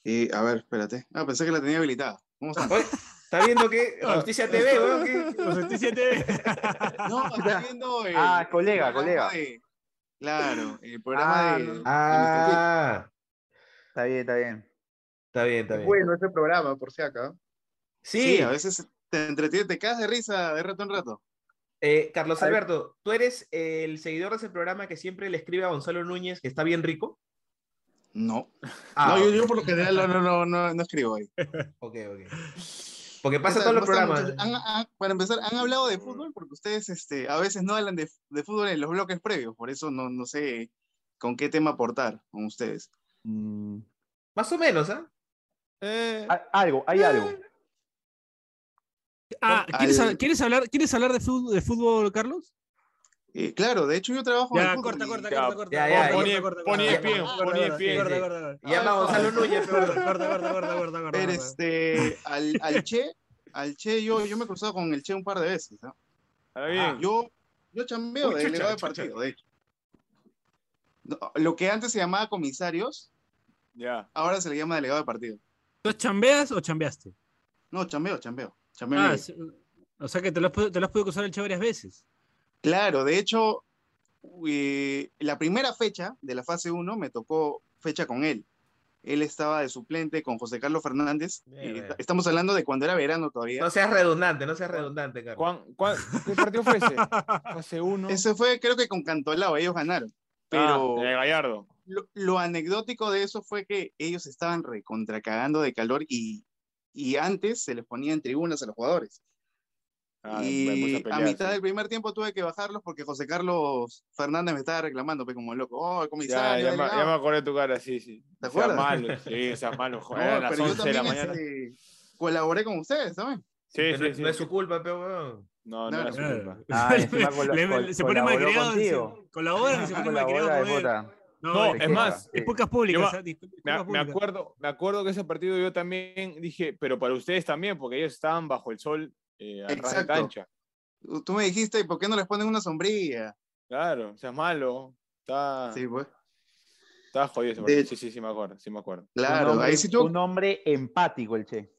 S14: Y, a ver, espérate. Ah, pensé que la tenía habilitada. ¿Cómo están?
S4: ¿Está viendo que Justicia TV, weón? ¿Qué?
S14: No, está viendo el
S5: Ah, colega,
S14: programa
S5: colega.
S14: de- Claro, el programa
S5: Ah,
S14: de...
S5: no.
S4: Ah,
S5: Está bien, está bien.
S4: está bien, está bien.
S1: Bueno, ese programa, por si acá.
S4: Sí,
S14: a veces te entretienes, te caes de risa de rato en rato.
S4: eh, Carlos Alberto, tú eres el seguidor de ese programa que siempre le escribe a Gonzalo Núñez, que está bien rico.
S14: No.
S4: Ah,
S14: no, yo, yo por lo general no, no, no, no, no escribo ahí.
S4: Ok, ok. Porque pasa
S14: ¿Qué tal?
S4: todos los
S14: ¿Cómo están,
S4: programas.
S14: muchachos?
S5: Ah,
S14: Han- han- Ah, para empezar, han hablado de fútbol porque ustedes este, a veces no hablan de, de fútbol en los bloques previos, por eso no, no sé con qué tema aportar con ustedes.
S4: Más o menos, ¿ah?
S6: Eh,
S5: A- algo, hay algo.
S3: Ah, ¿quieres,
S14: Al-
S3: hab- quieres hablar, ¿quieres hablar de fútbol, de fútbol Carlos?
S14: Eh, claro, de hecho yo trabajo en
S3: Ya,
S14: el fútbol
S3: corta,
S14: y-
S3: corta,
S6: Ya,
S3: corta, corta.
S4: ya, ya,
S3: corta, corta,
S6: pon-
S3: corta,
S6: pon
S3: corta,
S6: 10 pie,
S3: corta,
S6: pon
S3: corta,
S6: 10
S3: corta,
S6: pie.
S3: corta, corta, corta.
S4: Llama a Gonzalo Núñez, pero-
S3: Corta, corta, corta, corta, corta,
S14: Pero
S3: corta.
S14: este, al, al Che, al Che, yo, yo me he cruzado con el Che un par de veces. ¿ah?
S6: Ahora bien.
S14: Yo, yo chambeo
S4: Uy,
S14: de
S4: chucha,
S14: delegado de
S4: chucha.
S14: partido, de hecho. No, Lo que antes se llamaba comisarios,
S6: Ya.
S14: ahora se le llama delegado de partido.
S3: ¿Tú chambeas o chambeaste?
S14: No, chambeo, chambeo. chambeo en
S3: Ah,
S14: ello.
S3: sí, O sea que te lo has, pod- te lo has podido cruzar el Che varias veces.
S14: Claro, de hecho, eh, la primera fecha de la fase 1 me tocó fecha con él. Él estaba de suplente con José Carlos Fernández. y
S4: bueno.
S14: est- Estamos hablando de cuando era verano todavía.
S4: No seas redundante, no seas redundante, Carlos.
S14: ¿Qué partido fue ese? Fase 1. Ese fue, creo que con Cantolao, ellos ganaron. Pero
S6: Ah, de Gallardo.
S14: lo, lo anecdótico de eso fue que ellos estaban recontracagando de calor y, y antes se les ponía en tribunas a los jugadores.
S6: Ah, me puse
S14: y
S6: a pelear,
S14: mitad
S6: sí.
S14: del primer tiempo tuve que bajarlos porque José Carlos Fernández me estaba reclamando, pues, como loco. Oh,
S6: Ya,
S14: comisario.
S6: ya, me,
S14: Delgado".
S6: ya me acordé de tu cara, sí, sí.
S14: ¿Te
S6: Seas
S14: acuerdas?
S6: malo, sí, seas malo,
S14: No,
S6: joder, a las
S14: pero yo
S6: 11 de la
S14: también
S6: mañana.
S14: este, colaboré con ustedes, ¿saben?
S6: Sí,
S4: Pero
S6: sí,
S4: no,
S6: sí.
S4: es su culpa, pero weón.
S14: no
S6: No, no,
S14: era
S6: era su
S14: claro.
S6: culpa.
S3: Ah, encima colo- Le- col- se pone colaboró malcriado, contigo. dice, colabora
S6: Ah,
S3: y se pone malcriado,
S6: de
S3: joder.
S6: puta.
S3: No,
S6: No,
S3: es eh,
S6: es
S3: que-
S6: más.
S3: es pocas públicas,
S6: yo
S3: o sea,
S6: me-
S3: disculpe,
S6: me,
S3: pocas
S6: me
S3: públicas.
S6: acuerdo, me acuerdo que ese partido yo también dije, pero para ustedes también, porque ellos estaban bajo el sol eh, a ras de
S14: Exacto.
S6: cancha.
S14: Tú me dijiste, ¿y por qué no les ponen una sombrilla?
S6: Claro, seas malo. Está,
S14: Sí, pues.
S6: está jodido ese
S14: De-
S6: partido. Sí, sí, sí, me acuerdo. Sí, me acuerdo.
S14: Claro,
S11: un hombre,
S14: ahí sí tú-
S11: un hombre empático el Che.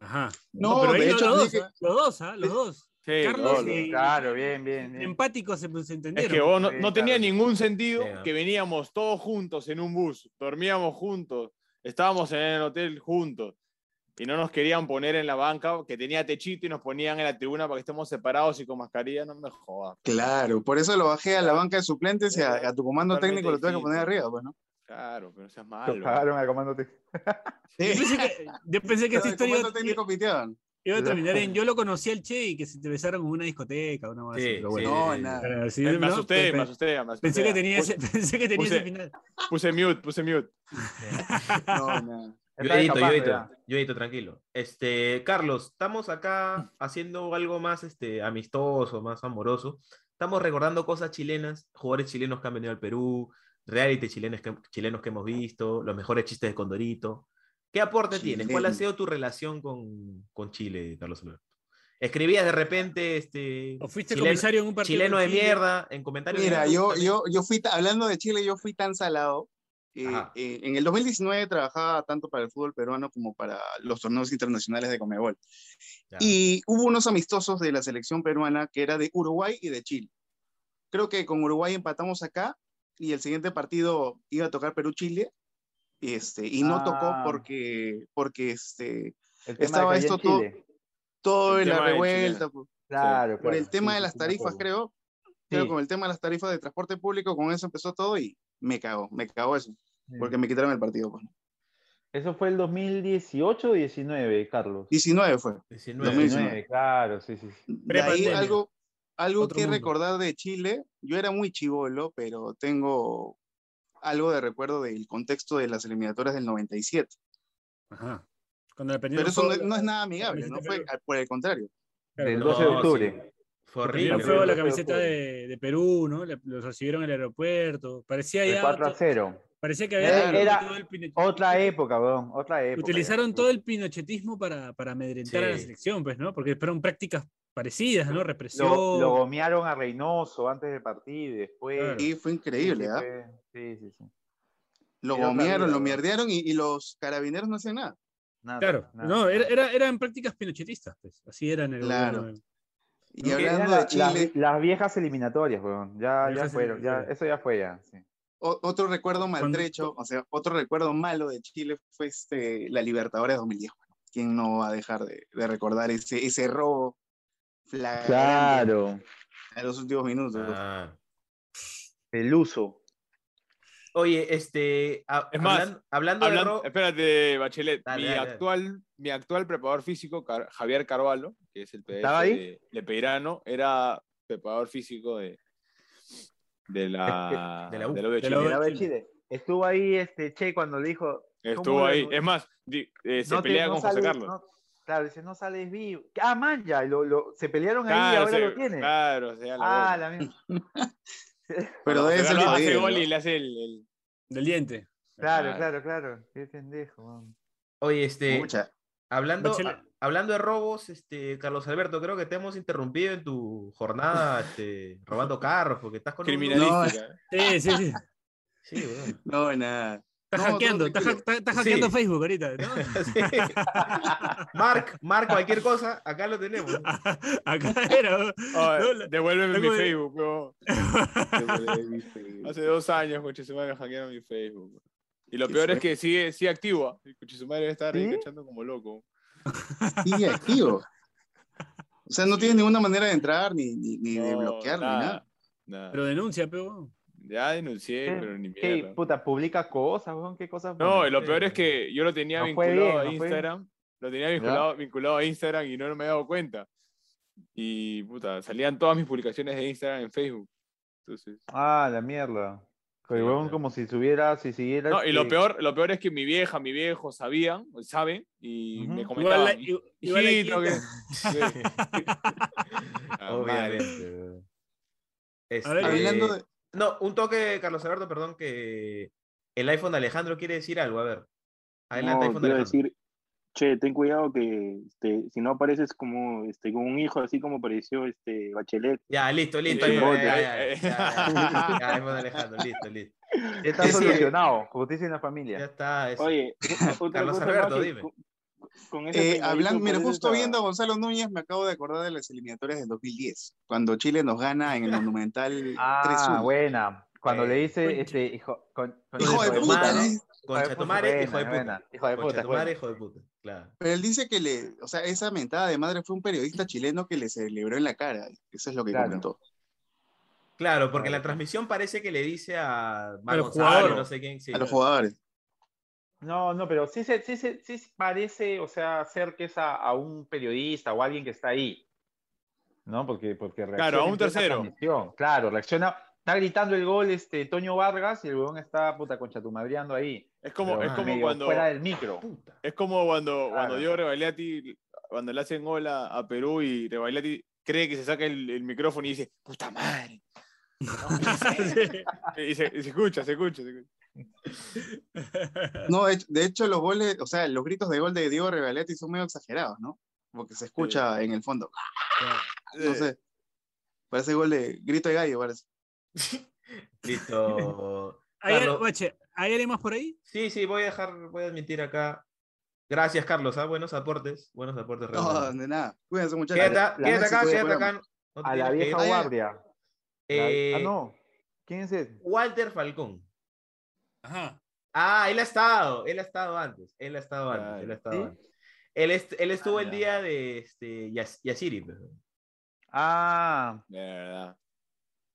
S3: Ajá.
S14: No,
S3: pero ahí
S14: de
S3: los,
S14: hecho,
S3: los dos,
S14: dije-
S3: ¿ah? los dos, ¿ah? los dos.
S6: Sí,
S3: Carlos
S4: eh,
S6: no, no.
S3: y-
S11: Claro, bien, bien, bien.
S3: Empáticos se, se
S6: Es
S3: entendieron.
S6: que vos no,
S3: Sí,
S6: no tenía
S3: claro.
S6: ningún sentido
S3: Sí, ¿no?
S6: que veníamos todos juntos en un bus, dormíamos juntos, estábamos en el hotel juntos y no nos querían poner en la banca que tenía techito y nos ponían en la tribuna para que estemos separados y con mascarilla, no me jodas.
S14: Claro, por eso lo bajé a la banca de suplentes y a, a tu comando
S6: Totalmente
S14: técnico lo tuve que poner
S6: distinto.
S14: arriba, pues, ¿no?
S6: Claro, pero no seas
S11: Lo
S6: malo.
S11: pagaron al comando técnico.
S3: Yo pensé que, yo pensé que esta
S14: Pero el
S3: historia
S14: comando técnico piteaban.
S3: iba a terminar en yo lo conocí al Che y que se te besaron en una discoteca, una cosa
S6: Sí,
S3: así, pero bueno.
S6: sí,
S14: No,
S6: sí, sí.
S14: nada.
S3: Pero sí,
S6: Eh, me
S3: ¿no?
S6: asusté,
S3: Pe-
S6: me asusté, me asusté.
S3: Pensé que tenía
S6: Puse-
S3: ese, pensé que tenía ese
S6: puse-
S3: final.
S6: Puse mute, puse mute.
S14: No, no.
S4: Yo edito, yo edito, yo edito, tranquilo. Este, Carlos, estamos acá haciendo algo más este, amistoso, más amoroso. Estamos recordando cosas chilenas, jugadores chilenos que han venido al Perú, reality chilenos que, chilenos que hemos visto, los mejores chistes de Condorito. ¿Qué aporte tienes? ¿Cuál ha
S14: Chileno.
S4: sido tu relación con, con Chile, Carlos Alberto? Escribías de repente, este,
S3: O fuiste comisario en un partido
S4: chileno
S3: de
S4: de
S3: Chile.
S4: mierda, en comentarios.
S14: Mira, yo,
S4: también.
S14: yo, yo fui, ta- hablando de Chile, yo fui tan salado. eh,
S4: Ajá.
S14: eh, en el 2019 trabajaba tanto para el fútbol peruano como para los torneos internacionales de Comebol.
S4: Ya.
S14: Y hubo unos amistosos de la selección peruana que era de Uruguay y de Chile. Creo que con Uruguay empatamos acá y el siguiente partido iba a tocar Perú-Chile. Este, y no tocó
S11: Ah.
S14: porque, porque este,
S11: El tema de
S14: estaba
S11: que había
S14: esto
S11: en
S14: todo,
S11: Chile.
S14: todo
S6: El
S14: en la
S6: tema de
S14: revuelta.
S6: Chile.
S14: pu-
S11: Claro,
S14: por el
S11: claro,
S14: tema
S11: sí,
S14: de
S11: sí,
S14: las
S11: sí, me
S14: tarifas,
S11: acuerdo.
S14: creo. Creo
S11: Sí.
S14: con el tema de las tarifas de transporte público, con eso empezó todo y me cagó, me cagó eso,
S11: Sí.
S14: porque me quitaron el partido. pues.
S11: Eso fue el 2018 o 19, Carlos.
S14: 19 fue.
S4: 19.
S14: 2019.
S11: claro, sí, sí. sí.
S14: De ahí
S3: Prepandemia.
S14: algo, algo
S3: Otro
S14: que
S3: mundo.
S14: recordar de Chile. Yo era muy chivolo, pero tengo algo de recuerdo del contexto de las eliminatorias del 97.
S3: Ajá. Cuando le
S14: Pero
S3: prendieron
S14: eso
S3: fuego
S14: no,
S3: la-
S14: no es nada
S3: la
S14: amigable,
S3: camiseta
S14: no
S3: de
S14: fue
S3: Perú.
S14: al- por el contrario.
S3: Claro,
S11: Del
S3: no,
S11: 12 de
S4: No,
S11: octubre.
S4: sí. Fue
S3: le prendieron
S4: horrible.
S11: Perú.
S3: fuego a la
S11: Fue
S3: camiseta
S11: octubre.
S3: de, de Perú, ¿no? Le- los recibieron en el aeropuerto. Parecía
S11: El
S3: ya.
S11: 4 a
S3: to-
S11: 0.
S3: Parecía que había
S11: Era,
S14: Claro.
S11: era
S3: todo el pine-
S11: otra época, weón. Otra época.
S3: Utilizaron
S11: ya.
S3: todo el pinochetismo para, para amedrentar a la
S4: Sí.
S3: selección, pues, ¿no? Porque fueron prácticas parecidas, ¿no? Represión.
S11: Lo, lo gomearon a Reynoso antes del partido y después.
S3: Claro.
S14: Y fue increíble,
S11: Sí,
S14: ¿ah?
S11: fue- sí, sí, sí.
S14: Lo
S11: era otra
S14: gomearon,
S11: vida,
S14: lo
S11: ¿no?
S14: mierdearon y, y los carabineros no hacían nada.
S11: Nada,
S3: Claro,
S11: nada,
S3: no, era-
S11: nada.
S3: era- eran prácticas pinochetistas, pues. Así eran el
S14: Claro.
S3: gobierno.
S14: Y
S3: ¿No?
S11: Que eran
S14: hablando
S11: la-
S14: de Chile,
S11: Las, las viejas eliminatorias, weón. Ya, ya
S3: Viejas
S11: fueron, ya,
S3: eliminatorias.
S11: eso ya fue ya. sí.
S14: O- otro recuerdo maltrecho, o sea, otro recuerdo malo de Chile fue este, la Libertadores 2010. bueno, ¿Quién no va a dejar de, de recordar ese, ese robo flagrante a los últimos minutos?
S4: Ah.
S11: El uso.
S4: Oye, este, ha-
S6: Es más,
S4: hablan- hablando, de
S6: Hablan-
S4: robo-
S6: espérate, Bachelet.
S4: Dale,
S6: mi,
S4: dale, dale.
S6: actual, mi actual preparador físico, Car- Javier Carvalho, que es el PS
S11: ¿Estaba ahí?
S6: de, de Peirano, era preparador físico de, de la,
S4: De la U.
S6: de
S3: De la
S6: Chile.
S3: U.
S11: Era de Chile. Estuvo ahí este Che cuando le dijo.
S6: Estuvo
S11: ¿cómo
S6: ahí.
S11: lo-
S6: Es más, di- eh, se
S11: no te-
S6: pelea
S11: no
S6: con José
S11: sales-
S6: Carlos.
S11: no- claro, dice, no sales vivo. Ah, man, ya, lo, lo- se pelearon ahí y
S6: claro,
S11: ahora
S6: se,
S11: lo tiene.
S6: claro, o sea, la
S11: ah,
S6: boca.
S11: la misma.
S14: Pero debe
S6: José
S14: ser
S6: Carlos hace
S14: jodido,
S6: gol
S14: ¿no?
S6: y le hace el. el- Ah,
S3: Del diente.
S11: Claro, claro, claro. Qué pendejo, weón.
S4: oye, este,
S14: Mucha.
S4: hablando,
S3: Bachelet.
S4: ha- hablando de robos, este, Carlos Alberto, creo que te hemos interrumpido en tu jornada, este, robando carros, porque estás con un-
S6: Criminalística.
S3: Sí, sí, sí.
S4: Sí, weón.
S14: No, nada.
S3: Está hackeando, está, hack- está- está hackeando Facebook ahorita. ¿no?
S4: Mark, Mark, cualquier cosa, acá lo tenemos.
S3: Acá era.
S6: Oye,
S3: la-
S6: Ah, devuélveme mi
S3: tengo-
S6: Facebook, weón. Hace dos años, Cochesumare, hackearon mi Facebook. Y lo
S14: Qué
S6: peor es
S14: suerte.
S6: que sigue, sigue activo. El Cochesumare debe estar ahí
S14: ¿Sí?
S6: cachando como loco.
S14: Sigue activo. O sea, no tiene ninguna manera de entrar, ni, ni, ni de
S6: No,
S14: bloquear,
S6: nada,
S14: ni nada.
S6: nada.
S3: Pero denuncia, pero.
S6: Ya denuncié,
S5: ¿Qué?
S6: pero ni
S5: ¿Qué?
S6: mierda.
S5: puta, publica cosas, weón, qué cosas.
S6: No, y lo
S5: publica?
S6: peor es que yo lo tenía
S5: No fue
S6: vinculado a
S5: bien, no fue
S6: Instagram. Lo tenía vinculado, vinculado a Instagram y no me he dado cuenta. Y puta, salían todas mis publicaciones de Instagram en Facebook. Entonces.
S5: Ah, la mierda. Pero el huevón como si subiera, si siguiera.
S6: No, y lo
S5: este-
S6: peor, lo peor es que mi vieja, mi viejo sabían, saben, y me comentaban.
S3: Igual la- i- igual la
S6: "Hijito, que-".
S3: quita.
S6: Ah,
S4: Obviamente.
S6: madre.
S4: weón. Este,
S3: ver, hablando
S14: de-
S4: No, un toque, Carlos Alberto, perdón, que el iPhone de Alejandro quiere decir algo. A ver. Adelante,
S12: No,
S4: iPhone de
S12: quiero
S4: Alejandro.
S12: decir, che, ten cuidado que este, si no apareces como este, con un hijo así como apareció este Bachelet.
S4: Ya, listo, listo.
S12: en
S4: Ya,
S12: bote.
S4: ya, ya, ya, ya, ya, ya, iPhone de Alejandro, listo, listo.
S5: Ya está
S4: Sí, sí.
S5: solucionado, justicia en la familia.
S4: Ya está. eso.
S12: Oye, otra
S4: Carlos
S12: cosa
S4: Alberto,
S12: más que
S4: dime.
S12: con- con ese
S14: Eh,
S12: peinadito
S14: hablando, mira,
S12: pareces
S14: justo
S12: a-
S14: viendo a Gonzalo Núñez, me acabo de acordar de las eliminatorias del 2010, cuando Chile nos gana en el Monumental
S5: Ah,
S14: 3-1.
S5: buena. Cuando
S3: Eh,
S5: le dice, este, hijo, con, con-
S14: Hijo de puta, ¿no?
S4: Concha tu madre,
S5: buena,
S4: hijo de puta.
S5: buena, Hijo de
S4: Concha
S5: puta.
S4: tu
S5: buena.
S4: madre, hijo de puta. Claro.
S14: Pero él dice que le, o sea, esa mentada de madre fue un periodista chileno que le celebró en la cara. Eso es lo que
S5: Claro.
S14: comentó.
S4: Claro, porque en la transmisión parece que le dice a
S5: A
S4: Mar
S5: los
S4: Gonzalo,
S5: jugadores.
S4: no sé quién. sí.
S14: A los jugadores.
S5: No, no, pero sí se, sí se, sí se parece, o sea, ser que es a, a un periodista o alguien que está ahí. ¿No? Porque, porque reacciona.
S6: Claro, a un
S5: en plena
S6: tercero.
S5: transmisión. Claro, reacciona. Está gritando el gol este Toño Vargas y el huevón está puta conchatumadreando ahí.
S6: Es como,
S5: Pero
S6: es como
S5: medio
S6: cuando.
S5: Fuera del micro.
S6: Es como cuando, cuando
S5: Claro.
S6: dio Rebagliati, cuando le hacen gol a, a Perú y Rebagliati cree que se saca el, el micrófono y dice, puta madre. No puede ser". y se, y se escucha, se escucha, se escucha.
S14: No, de- de hecho, los goles, o sea, los gritos de gol de Diego Revaletti son medio exagerados, ¿no? Porque se escucha en el fondo. No sé. Parece gol de grito de gallo, parece.
S4: Listo.
S3: ¿Hay,
S4: Carlos-
S3: Bache, ¿hay alguien más por ahí?
S4: Sí, sí, voy a dejar, voy a admitir acá. Gracias, Carlos. ¿ah? Buenos aportes. Buenos aportes,
S14: No,
S4: realmente.
S14: de nada. Cuídense, muchachos.
S4: Quédate,
S14: La- la
S4: quédate
S14: Maxi
S4: acá,
S14: cuida el
S4: quédate
S14: programa.
S4: acá. No te
S5: A la
S4: tienes que
S5: vieja
S4: ir.
S5: guardia.
S4: Eh,
S5: Ah, no. ¿Quién es ese?
S4: Walter Falcón.
S3: Ajá.
S4: Ah, él ha estado, él ha estado antes, él ha estado antes,
S14: Ah,
S4: él ha estado
S5: ¿Sí?
S4: antes. Él, est- él estuvo
S5: Ah,
S4: el
S5: ya.
S4: día de este, Yas- Yasiri. pues.
S5: Ah,
S6: De verdad.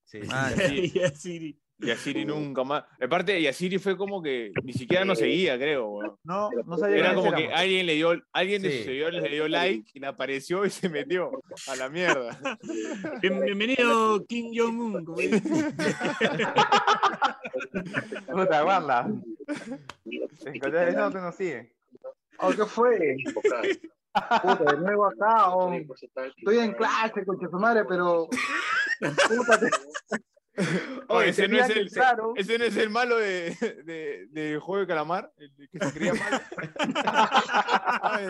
S4: Sí,
S5: Ah,
S4: sí,
S6: Sí.
S3: Ya, Siri.
S6: Yaciri nunca más. Aparte, Yaciri fue como que ni siquiera nos seguía, creo. weón.
S5: no, no sabía
S6: Era
S5: quiénes
S6: como que
S5: éramos.
S6: alguien le dio, alguien de
S4: Sí.
S6: sus seguidores le dio like y le apareció y se metió a la mierda.
S3: Bien- bienvenido, Kim Jong-un. como dice.
S5: Puta, guarda. Eso que nos sigue.
S8: Oh, ¿qué fue? Puta, de nuevo acá, oh. Estoy en clase, con tu madre, pero... Puta, te-
S6: Oye, Oh, ese, no
S5: tenía
S6: es
S5: que
S6: el,
S5: entrar, ¿no?
S8: oh.
S6: ese no es el malo de, de, de Juego de Calamar, el de que se creía malo. Ay,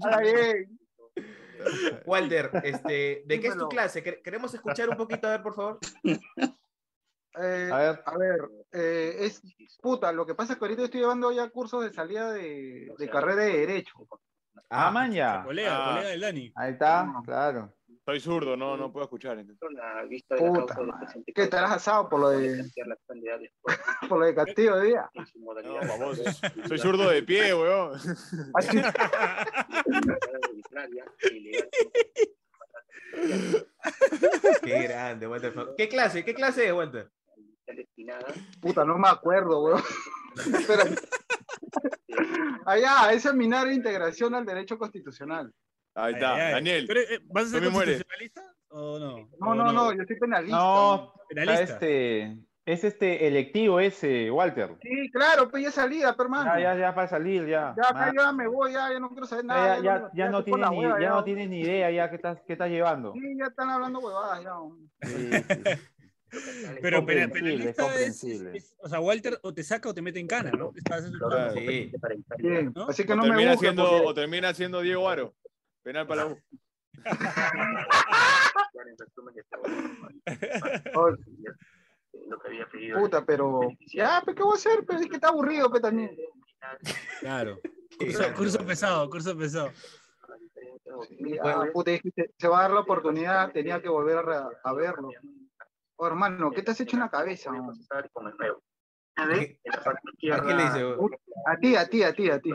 S8: Ahora bien.
S4: Walter, este, ¿de qué es tu
S8: Dímelo.
S4: clase? Quer- Queremos escuchar un poquito, a ver, por favor.
S8: Eh,
S5: A ver.
S8: a ver, eh, es puta, lo que pasa es que ahorita estoy llevando ya cursos de salida de, de carrera de derecho.
S5: Ah, man, ya.
S3: Colega,
S6: Ah.
S3: colega del Dani.
S5: Ahí está, claro.
S6: Soy zurdo, no, no puedo escuchar. entonces.
S8: Puta, madre. ¿qué estarás asado por lo de por lo de Castillo de día?
S6: No, baboso, Soy zurdo de pie, weón.
S4: Qué grande, Walter. Falcón. ¿Qué clase? ¿Qué clase es, Walter?
S8: Puta, no me acuerdo, weón. Espera. Allá, ese es Minario Integración al Derecho Constitucional.
S6: Ahí está,
S3: Ay, ay.
S6: Daniel.
S3: Pero, eh, ¿Vas a
S6: no
S3: ser
S6: me mueres.
S3: constitucionalista o no?
S8: No,
S3: ¿O
S8: no, no, yo soy penalista.
S5: No, está
S3: Penalista.
S5: este, es este electivo ese, Walter.
S8: Sí, claro, pues ya salida, pero hermano.
S5: Ya, ya, ya para salir, ya.
S8: Ya, acá
S5: Ma-
S8: yo ya me voy, ya, ya no quiero saber nada.
S5: ya, ya, ya, ya no
S8: estoy
S5: tienes
S8: con la
S5: ni,
S8: hueva,
S5: ya no tienes ni idea ya qué estás, qué estás llevando.
S8: Sí, ya están hablando huevadas, ya.
S5: Sí, sí.
S3: Pero pena-
S5: comprensible,
S3: penalista es,
S5: comprensible.
S3: es- O sea, Walter o te saca o te mete en cana, ¿no? Estás en su-
S6: Claro.
S4: Sí.
S8: Sí,
S3: ¿No?
S8: Así que
S6: O,
S8: no me
S6: termina
S8: busquen.
S6: siendo,
S8: porque-
S6: o termina siendo Diego Aro. Penal para la U.
S8: o- había pedido. Puta, pero. Ya, pero ¿qué voy a hacer? Pero es que está aburrido, pero también.
S3: Claro. Curso, curso pesado, curso pesado.
S8: Y, ah, puta, es que se- se va a dar la oportunidad, tenía que volver a, re- a verlo. Oh, hermano, ¿qué te has hecho en la cabeza? man? A ver.
S4: ¿A qué le dice, güey?
S8: A ti, a ti, a ti, a ti.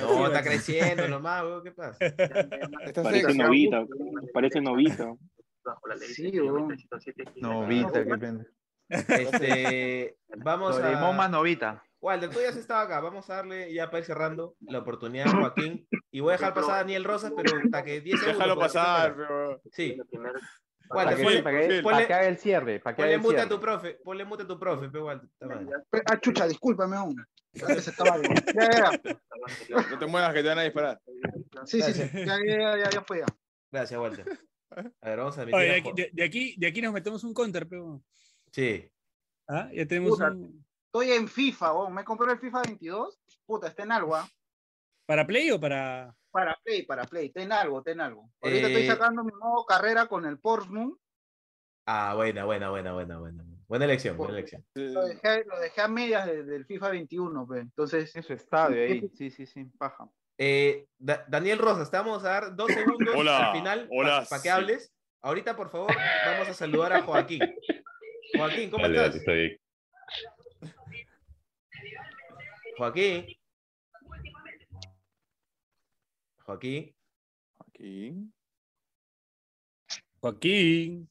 S4: No, está creciendo nomás, güey, ¿qué pasa?
S12: Parece novita, parece novita.
S8: Sí, weón.
S5: Novita, qué pena.
S4: Este, vamos a...
S5: Doraemon más novita.
S4: Walter, tú ya has estado acá. Vamos a darle, ya para ir cerrando, la oportunidad a Joaquín. Y voy a dejar pasar a Daniel Rosas, pero hasta que 10 segundos.
S6: Déjalo
S4: pues,
S6: pasar,
S4: espera. Sí.
S5: Para
S4: Walter,
S5: que,
S4: ponle,
S5: para que- para
S4: ponle,
S5: que haga el cierre. Para que haga
S4: ponle
S5: el
S4: mute a
S5: cierre.
S4: tu profe. Ponle mute a tu profe, pe, Walter. Está mal.
S8: Ah, chucha, discúlpame aún. Se estaba algo. Ya, ya, ya.
S6: No te muevas que te van a disparar.
S8: Sí, sí, sí. Ya, ya, ya, ya fue ya.
S4: Gracias, Walter. A ver, vamos a admitir.
S3: Oye,
S4: a
S3: de, aquí,
S4: Juan.
S3: de- de aquí, de aquí nos metemos un counter, pero.
S4: Sí.
S3: Ah, ya tenemos
S8: Puta.
S3: un.
S8: Estoy en FIFA, weón. Me compré el FIFA 22. Puta, está en algo, ah.
S3: ¿Para Play o para.?
S8: Para Play, para Play. Ten algo, ten algo. Ahorita
S4: Eh.
S8: estoy sacando mi modo carrera con el Portsmouth.
S4: Ah, buena, buena, buena, buena, buena. Buena elección, buena elección.
S5: eh,
S8: Lo dejé, lo dejé a medias de- del FIFA 21, pe. Entonces.
S5: Eso está de ahí. Sí, sí, sí, paja.
S4: Eh, Da- Daniel Rosas, estamos a dar dos segundos
S6: Hola,
S4: al final
S6: hola,
S4: para que
S6: sí.
S4: hables. Ahorita, por favor, vamos a saludar a Joaquín. Joaquín, ¿cómo
S13: Dale, dale,
S4: estás?
S13: está bien.
S4: Joaquín. Joaquín.
S6: Joaquín.
S3: Joaquín.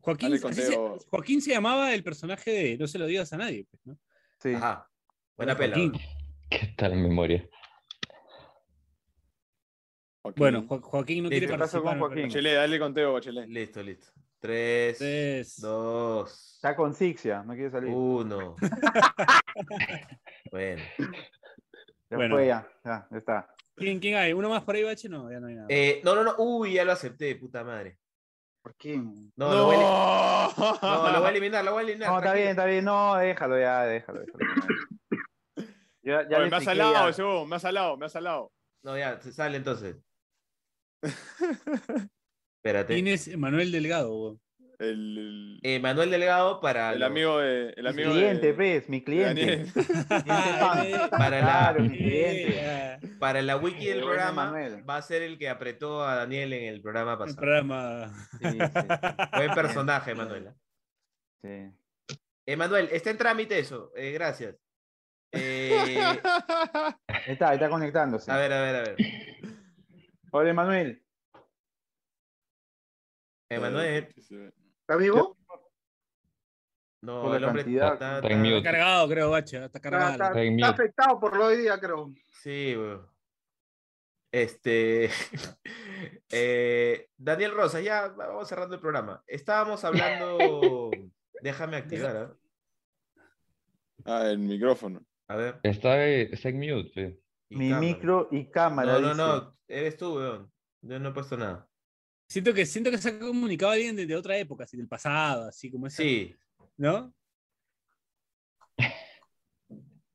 S3: Joaquín,
S6: Dale,
S3: así se,
S6: conteo.
S3: Joaquín se llamaba el personaje de No se lo digas a nadie, pues, ¿no?
S5: Sí.
S4: Ajá. Buena pela.
S3: Joaquín.
S13: ¿Qué tal memoria?
S3: Bueno, Jo- Joaquín no
S4: Sí,
S3: quiere
S4: ¿qué pasó
S3: participar.
S4: con
S3: me parece.
S6: Chile, dale conteo, Bachelet.
S4: Listo, listo. Tres, dos,
S5: Está con Sixia, no quiere
S6: Uh.
S5: salir.
S4: uno. bueno.
S5: ya
S3: bueno.
S5: fue, ya, ya, ya está.
S3: ¿Quién, quién hay? ¿Uno más por ahí, Bache? No, ya no hay nada.
S4: Eh, no, no, no. Uy, ya lo acepté, puta madre.
S8: ¿Por qué?
S4: No, Lo voy a elim- no, lo voy a eliminar, lo voy a eliminar.
S5: No, está bien, está bien. No, déjalo ya, déjalo. déjalo. Ya, ya
S6: Oye,
S5: le
S6: me has
S5: piqué,
S6: salado,
S5: ya.
S6: ese huevón, me has salado, me has salado.
S4: No, ya, se sale entonces. Espérate.
S3: ¿Quién es Manuel Delgado? bo?
S6: El,
S4: Eh, Manuel Delgado para
S6: el
S4: los-
S6: amigo de. El
S5: Mi
S6: amigo
S5: cliente,
S6: de,
S5: pez, mi cliente.
S6: Daniel.
S4: para
S5: Claro,
S4: la,
S5: mi cliente.
S3: Eh,
S4: para la wiki del
S5: Bueno,
S4: programa
S5: Manuel.
S4: va a ser el que apretó a Daniel en el programa
S3: el
S4: pasado.
S3: programa.
S4: Sí, sí. Buen personaje, Manuel.
S5: Sí.
S4: Eh, Manuel, está en trámite eso. eh, gracias. Eh,
S5: Ahí Está, ahí está conectándose.
S4: a ver, a ver, a ver.
S5: Hola, Manuel.
S4: Eh, Manuel,
S8: ¿Está vivo?
S5: Por
S4: no,
S5: la
S4: el hombre
S5: cantidad.
S4: está-
S13: Está en
S3: Está
S13: mute.
S3: cargado, creo, Bache. Está
S8: Está,
S3: cargado.
S8: está-
S13: Está en
S8: está
S13: mute.
S8: afectado por lo hoy día, creo.
S4: Sí, weón. Este. eh, Daniel Rosa, ya vamos cerrando el programa. Estábamos hablando. Déjame activar, ¿ah?
S6: Ah, el micrófono.
S4: A ver.
S13: Está, eh, está en mute. pe.
S4: y
S5: Mi
S4: cámara.
S5: micro y cámara.
S4: No, no,
S5: dice.
S4: no. Eres tú, weón. Yo no he puesto nada.
S3: Siento que, siento que se ha comunicado alguien de, de otra época, así del pasado, así como esa,
S4: Sí.
S3: ¿No?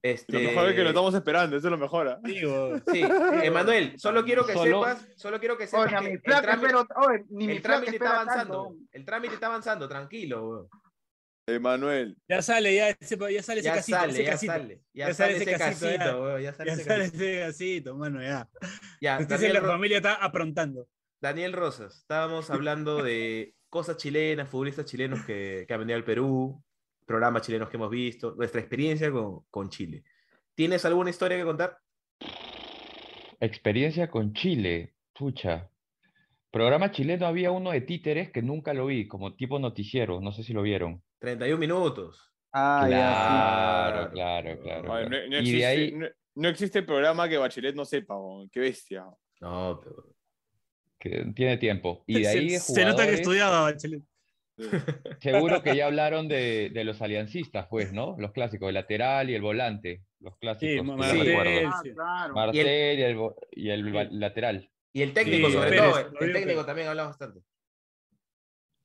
S6: Y Lo mejor es que lo
S4: este,
S6: estamos esperando, eso es lo mejor. ¿ah?
S3: Sí, bo.
S4: Sí, Emanuel, solo quiero que
S13: Solo-
S4: sepas, solo quiero que sepas
S8: Oye, a
S4: que
S8: mi
S4: el
S8: flaca,
S4: trámite,
S8: pero. Oye, ni mi
S4: el
S8: flaca
S4: trámite está
S8: espera
S4: avanzando,
S8: tanto.
S4: el trámite está avanzando, tranquilo, weón.
S6: Emanuel.
S3: Ya sale, ya, ese, ya sale ese
S4: Ya
S3: casito.
S4: sale,
S3: ese
S4: ya
S3: casito.
S4: sale, ya
S3: Ya
S4: sale
S3: sale
S4: ese
S3: ese casito,
S4: casito,
S3: ya.
S4: weón, ya sale
S3: Ya
S4: ese
S3: sale Este
S4: casito. Ah,
S3: ese casito, mano, ya.
S4: Ya,
S3: Justicia de
S4: Daniel,
S3: la
S4: Ro-
S3: familia está aprontando.
S4: Daniel Rosas, estábamos hablando de cosas chilenas, futbolistas chilenos que, que han venido al Perú, programas chilenos que hemos visto, nuestra experiencia con, con Chile. ¿Tienes alguna historia que contar?
S13: Experiencia con Chile. Pucha. Programa chileno había uno de títeres que nunca lo vi, como tipo noticiero. No sé si lo vieron.
S4: 31 minutos.
S5: Ah, ya,
S13: Claro, claro, claro,
S6: Ay,
S13: claro.
S6: no, no
S13: Y de
S6: existe,
S13: ahí,
S6: no, no existe programa que Bachelet no sepa, weón, qué bestia. weón.
S4: No, pero-
S13: que tiene tiempo. Y de
S3: Se-
S13: ahí de
S3: se, nota
S13: jugadores,
S3: que estudiaba, Bachelet.
S13: seguro que ya hablaron de, de los aliancistas, pues, ¿no? Los clásicos, el lateral y el volante. Los clásicos que yo
S3: Martel,
S13: recuerdo.
S8: Ah,
S3: sí.
S8: claro.
S13: Martel y el, vo- y el va-
S3: Sí.
S13: lateral.
S4: Y el técnico,
S3: Sí,
S4: sobre
S3: Pérez,
S4: todo,
S3: lo
S4: el
S3: vio
S4: técnico
S3: Pérez.
S4: también hablamos bastante.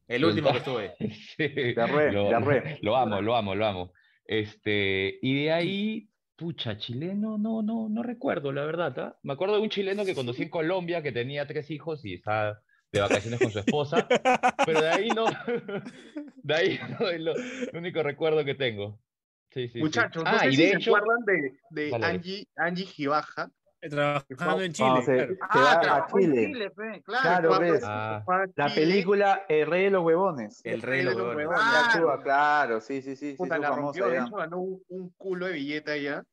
S4: El
S13: Lo
S4: último que
S13: está-
S4: estuve.
S13: Sí,
S5: Ya re,
S13: lo,
S5: ya re.
S13: lo amo, lo amo, lo amo. Este, y de ahí, pucha, chileno, no, no, no recuerdo, la verdad, ¿ah? Me acuerdo de un chileno que conocí en Colombia que tenía tres hijos y estaba de vacaciones con su esposa, pero de ahí no, de ahí no es lo, el único recuerdo que tengo. Sí, sí,
S1: Muchachos,
S13: sí.
S1: no sé
S13: y
S1: si
S13: de
S1: se
S13: hecho-
S1: acuerdan de, de
S13: Dale.
S1: Angie, Angie Gibaja.
S3: Trabajando en Chile.
S5: No,
S3: claro.
S5: se- eh, se va
S6: Ah,
S5: a Chile.
S8: fe,
S5: Claro, ves.
S13: Ah,
S5: La película El Rey de los Huevones.
S4: El Ah. Rey de los Huevones.
S5: Ya
S1: Claro.
S5: actúa, claro, sí, sí, sí. sí,
S1: eh, Puta,
S5: sí,
S1: la
S5: famosa,
S1: rompió, de
S5: ya.
S1: hecho ganó un, un culo de billete allá,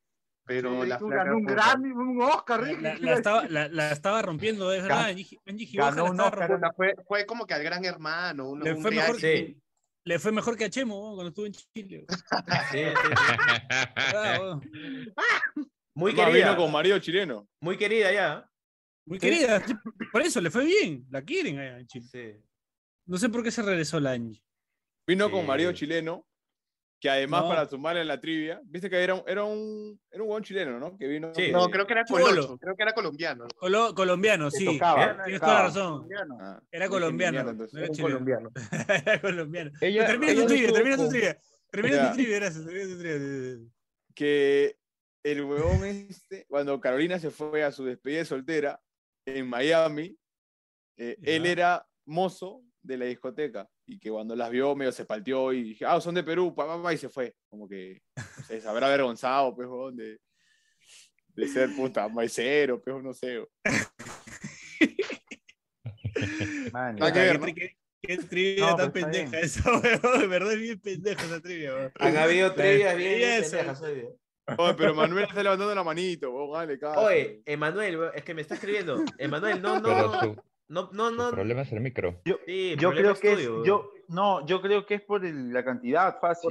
S1: pero
S8: Sí,
S1: la
S8: tú
S1: flaca,
S8: ganó un
S1: puta,
S8: Grammy, un Oscar, Ricky.
S3: La, la estaba, la, la estaba rompiendo, es verdad. Angie, Angie Gibaja
S1: ganó
S3: la
S1: un
S3: estaba
S1: Oscar,
S3: rompiendo.
S1: puta, fue, fue como que al gran hermano, un,
S3: Le
S1: un
S3: fue, mejor,
S1: reality.
S3: que- le fue mejor que a Chemo weón, cuando estuvo en Chile. Ah,
S4: Muy
S6: Más
S4: querida.
S6: vino con marido chileno.
S4: Muy querida ya.
S3: Muy querida. Por eso le fue bien. La quieren allá en Chile. No sé por qué se regresó la Angie.
S6: Vino
S3: Sí.
S6: con marido chileno, que además
S3: No.
S6: para sumarle en la trivia, viste que era un, era un, era un huevón chileno, ¿no? Que vino.
S3: Sí.
S1: No, creo que era
S3: Cholo.
S1: Colocho, creo que era colombiano.
S3: Colo- colombiano,
S1: Te
S3: sí.
S1: tocaba,
S3: Eh,
S1: te
S3: Tienes
S1: tocaba.
S3: toda la razón.
S6: Ah,
S3: Era
S6: dije,
S3: colombiano.
S6: mierda,
S3: No
S6: entonces.
S3: era
S6: Un
S3: chileno.
S6: colombiano.
S3: Era colombiano.
S6: Ella-
S3: termina
S6: ella
S3: tu trivia,
S6: estuvo
S3: termina tu
S6: con-
S3: trivia. Termina
S6: Ya.
S3: tu trivia, gracias. Termina tu trivia.
S6: que el huevón este, cuando Carolina se fue a su despedida de soltera en Miami, eh, él era mozo de la discoteca y que cuando las vio medio se palteó y dije, ah, son de Perú, papá, y se fue. Como que no sé, se habrá avergonzado, pues, huevón, de, de ser puta maicero, pues, no sé.
S5: Man,
S3: Ah,
S6: Nada que ver, ¿no?
S3: Qué- Qué trivia
S5: No,
S3: tan
S5: pues, está
S3: pendeja esa, weón. De verdad es bien pendeja esa trivia, weón.
S13: Ah,
S4: Han habido
S3: La
S4: trivias bien
S3: despedida de sol-
S4: pendejas hoy día.
S6: Oye, pero Manuel está levantando la manito, huevón, dale, caso.
S4: Oye, Emanuel, weón, es que me está escribiendo. Emanuel, no,
S13: Pero
S4: no.
S13: su,
S4: No, no,
S13: su
S4: no.
S13: problema es el micro.
S5: Yo,
S4: Sí,
S5: yo creo
S4: problema
S5: que es,
S4: tuyo, weón.
S5: yo, no, yo creo que es por el- la cantidad fácil.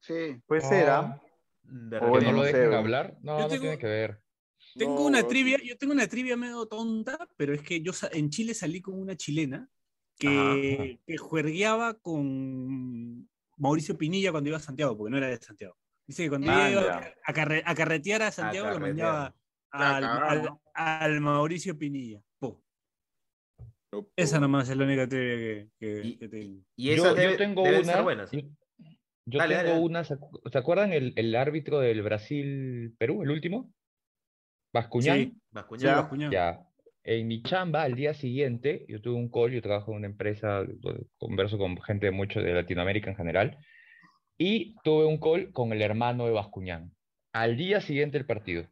S8: Sí.
S5: Puede ser, ¿ah?
S4: De
S5: O
S13: Que
S5: bueno,
S13: no lo
S5: no sé,
S13: dejen
S5: weón.
S13: hablar. No,
S3: Yo
S13: no
S3: tengo-
S13: tiene que ver.
S3: Tengo
S6: No,
S3: una
S6: huevón.
S3: trivia, yo tengo una trivia medio tonta, pero es que yo sa- en Chile salí con una chilena que, que juergueaba con Mauricio Pinilla cuando iba a Santiago, porque no era de Santiago. Dice que cuando ella iba
S5: Anda.
S3: a, carre- a carretear a Santiago lo
S4: carretear.
S3: mandaba
S1: La
S3: al,
S1: cagamos.
S3: al- al Mauricio Pinilla. Po.
S6: Pero,
S3: Esa nomás es la única trivia que, que-
S4: Y-
S3: que tengo.
S4: Y
S13: Yo,
S4: esas
S13: yo
S4: debe-
S13: tengo
S4: deben
S13: una.
S4: ser buenas.
S13: Yo, yo
S4: Dale,
S13: tengo
S4: dale, dale.
S13: una. ¿Se acu- ¿se acuerdan el, el árbitro del Brasil-Perú, el último? Bascuñán.
S3: Sí,
S4: Bascuñán.
S3: sí, Bascuñán.
S13: Ya. En mi chamba, al día siguiente, yo tuve un call, yo trabajo en una empresa, donde converso con gente de mucho de Latinoamérica en general, y tuve un call con el hermano de Bascuñán. Al día siguiente del partido.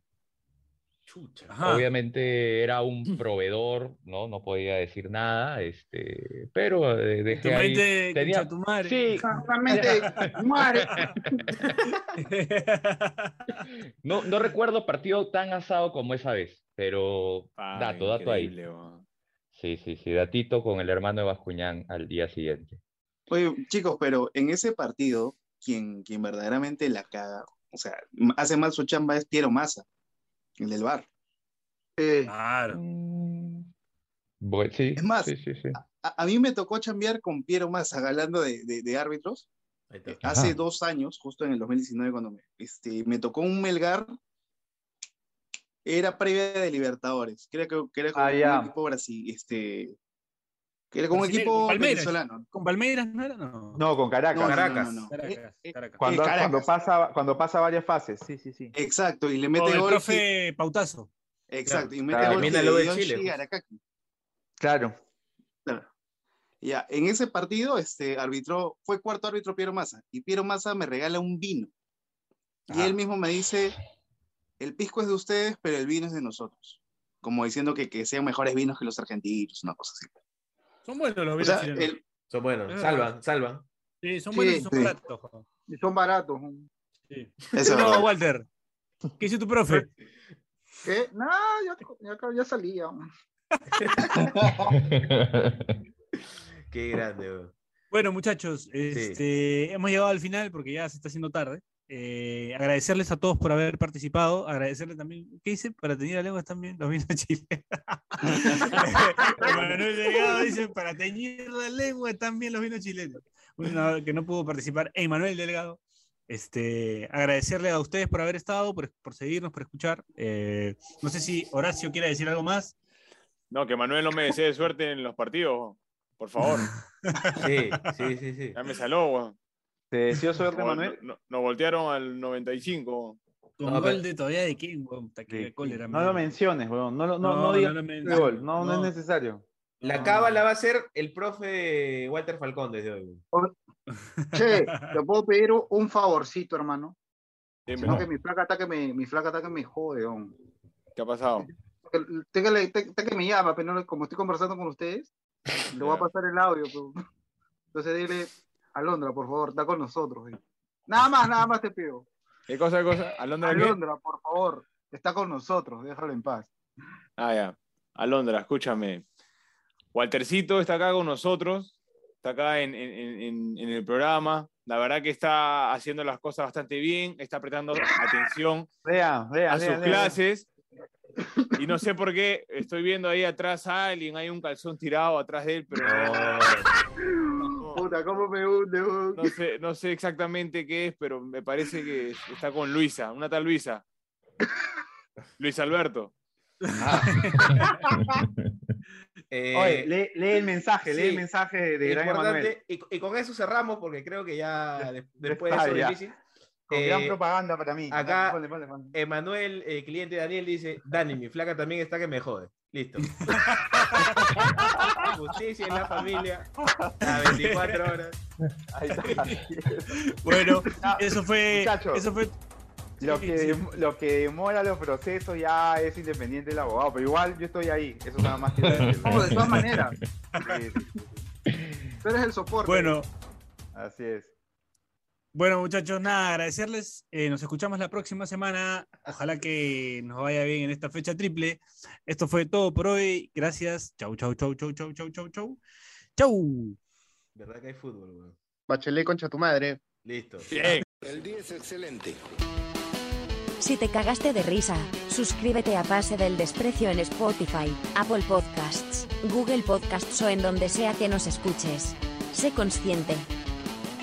S4: Chucha.
S3: Ajá.
S13: Obviamente era un proveedor, ¿no? No podía decir nada, este, pero eh,
S3: Tu
S13: dejé ahí.
S3: mente,
S13: tenía-
S3: concha tu madre.
S13: Sí,
S8: Exactamente. Muere.
S13: no, no recuerdo partido tan asado como esa vez, pero
S6: Ah,
S13: dato, dato ahí.
S6: increíble, huevón.
S13: Sí, sí, sí, datito con el hermano de Bascuñán al día siguiente.
S14: Oye, chicos, pero en ese partido, quien, quien verdaderamente la caga, o sea, m- hace mal su chamba es Piero Massa, el del bar.
S8: Sí.
S3: Claro.
S13: Bue- sí,
S14: Es más,
S13: sí, sí, sí.
S14: A, a mí me tocó chambear con Piero Massa, hablando de, de- de árbitros,
S4: Ahí está.
S14: eh,
S5: Ah,
S14: hace
S13: Ajá.
S14: dos años, justo en el 2019, cuando me, este, me tocó un Melgar, era previa de Libertadores, creo que, que era con
S5: Ah, ya.
S14: un equipo Brasil, este, que era con un
S3: Brasilero,
S14: equipo
S3: Palmeiras.
S14: venezolano.
S3: ¿Con Palmeiras no era? No.
S5: No, con
S14: No,
S5: Caracas.
S14: no, no,
S4: Caracas.
S14: no, no.
S3: Caracas,
S14: Eh, eh,
S3: Caracas.
S5: Cuando,
S14: eh, Caracas.
S5: cuando pasa, cuando pasa varias fases, sí, sí, sí.
S14: Exacto, y le
S3: Con
S14: mete
S3: el
S14: gol.
S3: profe Pautazo.
S14: Exacto, y
S4: Claro,
S14: mete
S4: claro.
S14: gol.
S4: Termina
S14: de
S4: lo de
S14: Dion
S4: Chile,
S14: Shi
S4: pues.
S14: Arakaki.
S5: Claro.
S14: Claro. Ya, en ese partido, este árbitro fue cuarto árbitro Piero Massa, y Piero Massa me regala un vino. Y
S3: Ah.
S14: él mismo me dice: el pisco es de ustedes, pero el vino es de nosotros. Como diciendo que, que sean mejores vinos que los argentinos, una cosa así.
S3: Son buenos los
S14: O
S3: vinos
S14: sea,
S3: chilenos.
S14: el-
S4: Son
S5: Eh.
S3: Es
S4: buenos.
S3: verdad.
S4: Salvan, salvan.
S3: Sí, son
S8: Sí,
S3: buenos y son
S14: sí.
S3: baratos. jo.
S8: Y son baratos.
S3: Sí.
S14: eso es
S3: No,
S14: verdad.
S3: Walter. ¿Qué hizo tu profe?
S8: ¿Qué? No, ya, ya, ya salía.
S4: Qué grande, weón.
S3: Bueno, muchachos, este, hemos llegado al final porque ya se está haciendo tarde. Eh, agradecerles a todos por haber participado. Agradecerles también. ¿Qué hice? Para tener la lengua también los vinos chilenos. Manuel Delgado dice: Para teñir la lengua también los vinos chilenos. Uno que no pudo participar, Emanuel Delgado. Este, agradecerle a ustedes por haber estado, por, por seguirnos, por escuchar. Eh, no sé si Horacio quiere decir algo más.
S6: No, que Manuel no me desee suerte en los partidos, por favor.
S4: Sí, sí, sí, sí.
S6: Ya me saló, weón.
S5: ¿Te deseó suerte,
S6: Nos
S5: Manuel?
S6: voltearon al 95.
S3: Con
S4: No, pero-
S3: gol de todavía de quién, weón, puta, qué
S5: Sí.
S3: cólera,
S5: No lo
S3: man.
S5: menciones, weón. No, lo- no, no,
S3: No,
S5: digas
S3: no lo men-
S5: el gol. No,
S3: no.
S5: no, es necesario.
S4: La cábala va a ser el profe Walter Falcón desde hoy.
S8: Che, te puedo pedir un favorcito, hermano.
S6: Dime.
S8: Sino que mi flaca ataque me, mi flaca ataque me jode, hombre.
S6: ¿Qué ha pasado?
S8: Tenga que me llama, pero no le- como estoy conversando con ustedes, le voy a pasar el audio. pues. Entonces dile, Alondra, por favor, está con nosotros. eh. Nada más, nada más te pido.
S6: ¿Qué cosa, qué cosa? ¿Alondra qué?
S8: Alondra, por favor, está con nosotros, déjalo en paz.
S6: Ah, ya. Alondra, escúchame. Waltercito está acá con nosotros, está acá en, en- en- en- en el programa. La verdad que está haciendo las cosas bastante bien, está prestando atención
S5: Vean, vean.
S6: a sus
S5: vean, vean.
S6: clases. Y no sé por qué estoy viendo ahí atrás a alguien, hay un calzón tirado atrás de él, pero
S8: Puta, ¿cómo me hunde? weón?
S6: no sé, no sé exactamente qué es, pero me parece que está con Luisa, una tal Luisa. Luis Alberto.
S4: Eh,
S5: Oye, lee, lee el mensaje, lee
S4: sí.
S5: el mensaje de Gran Emanuel.
S4: Importante, y, y con eso cerramos porque creo que ya de- después de
S5: Ah,
S4: eso es
S5: ya.
S4: difícil.
S5: Con
S4: Eh,
S5: gran propaganda para mí.
S4: acá-
S5: Ponle, ponle, ponle.
S4: Emanuel, el cliente de Daniel, dice, Dani, mi flaca también está que me jode. Listo. Justicia en la familia. A 24 horas.
S3: Bueno, eso fue.
S5: Muchachos.
S3: Eso fue.
S5: Lo
S3: Sí,
S5: que,
S3: sí.
S5: lo que demora los procesos ya es independiente del abogado, pero igual yo estoy ahí, eso nada más que
S8: No, de todas maneras.
S5: Sí, sí,
S8: Tú eres el soporte.
S3: Bueno,
S5: así es.
S3: Bueno, muchachos, nada, agradecerles. Eh, nos escuchamos la próxima semana. Ojalá que nos vaya bien en esta fecha triple. Esto fue todo por hoy. Gracias. Chau, chau, chau, chau, chau, chau, chau, chau. Chau.
S4: ¿Verdad que hay fútbol, weón?
S1: Bachelet concha tu madre.
S4: Listo.
S9: El 10 es excelente.
S2: Si te cagaste de risa, suscríbete a Pase del Desprecio en Spotify, Apple Podcasts, Google Podcasts o en donde sea que nos escuches. Sé consciente.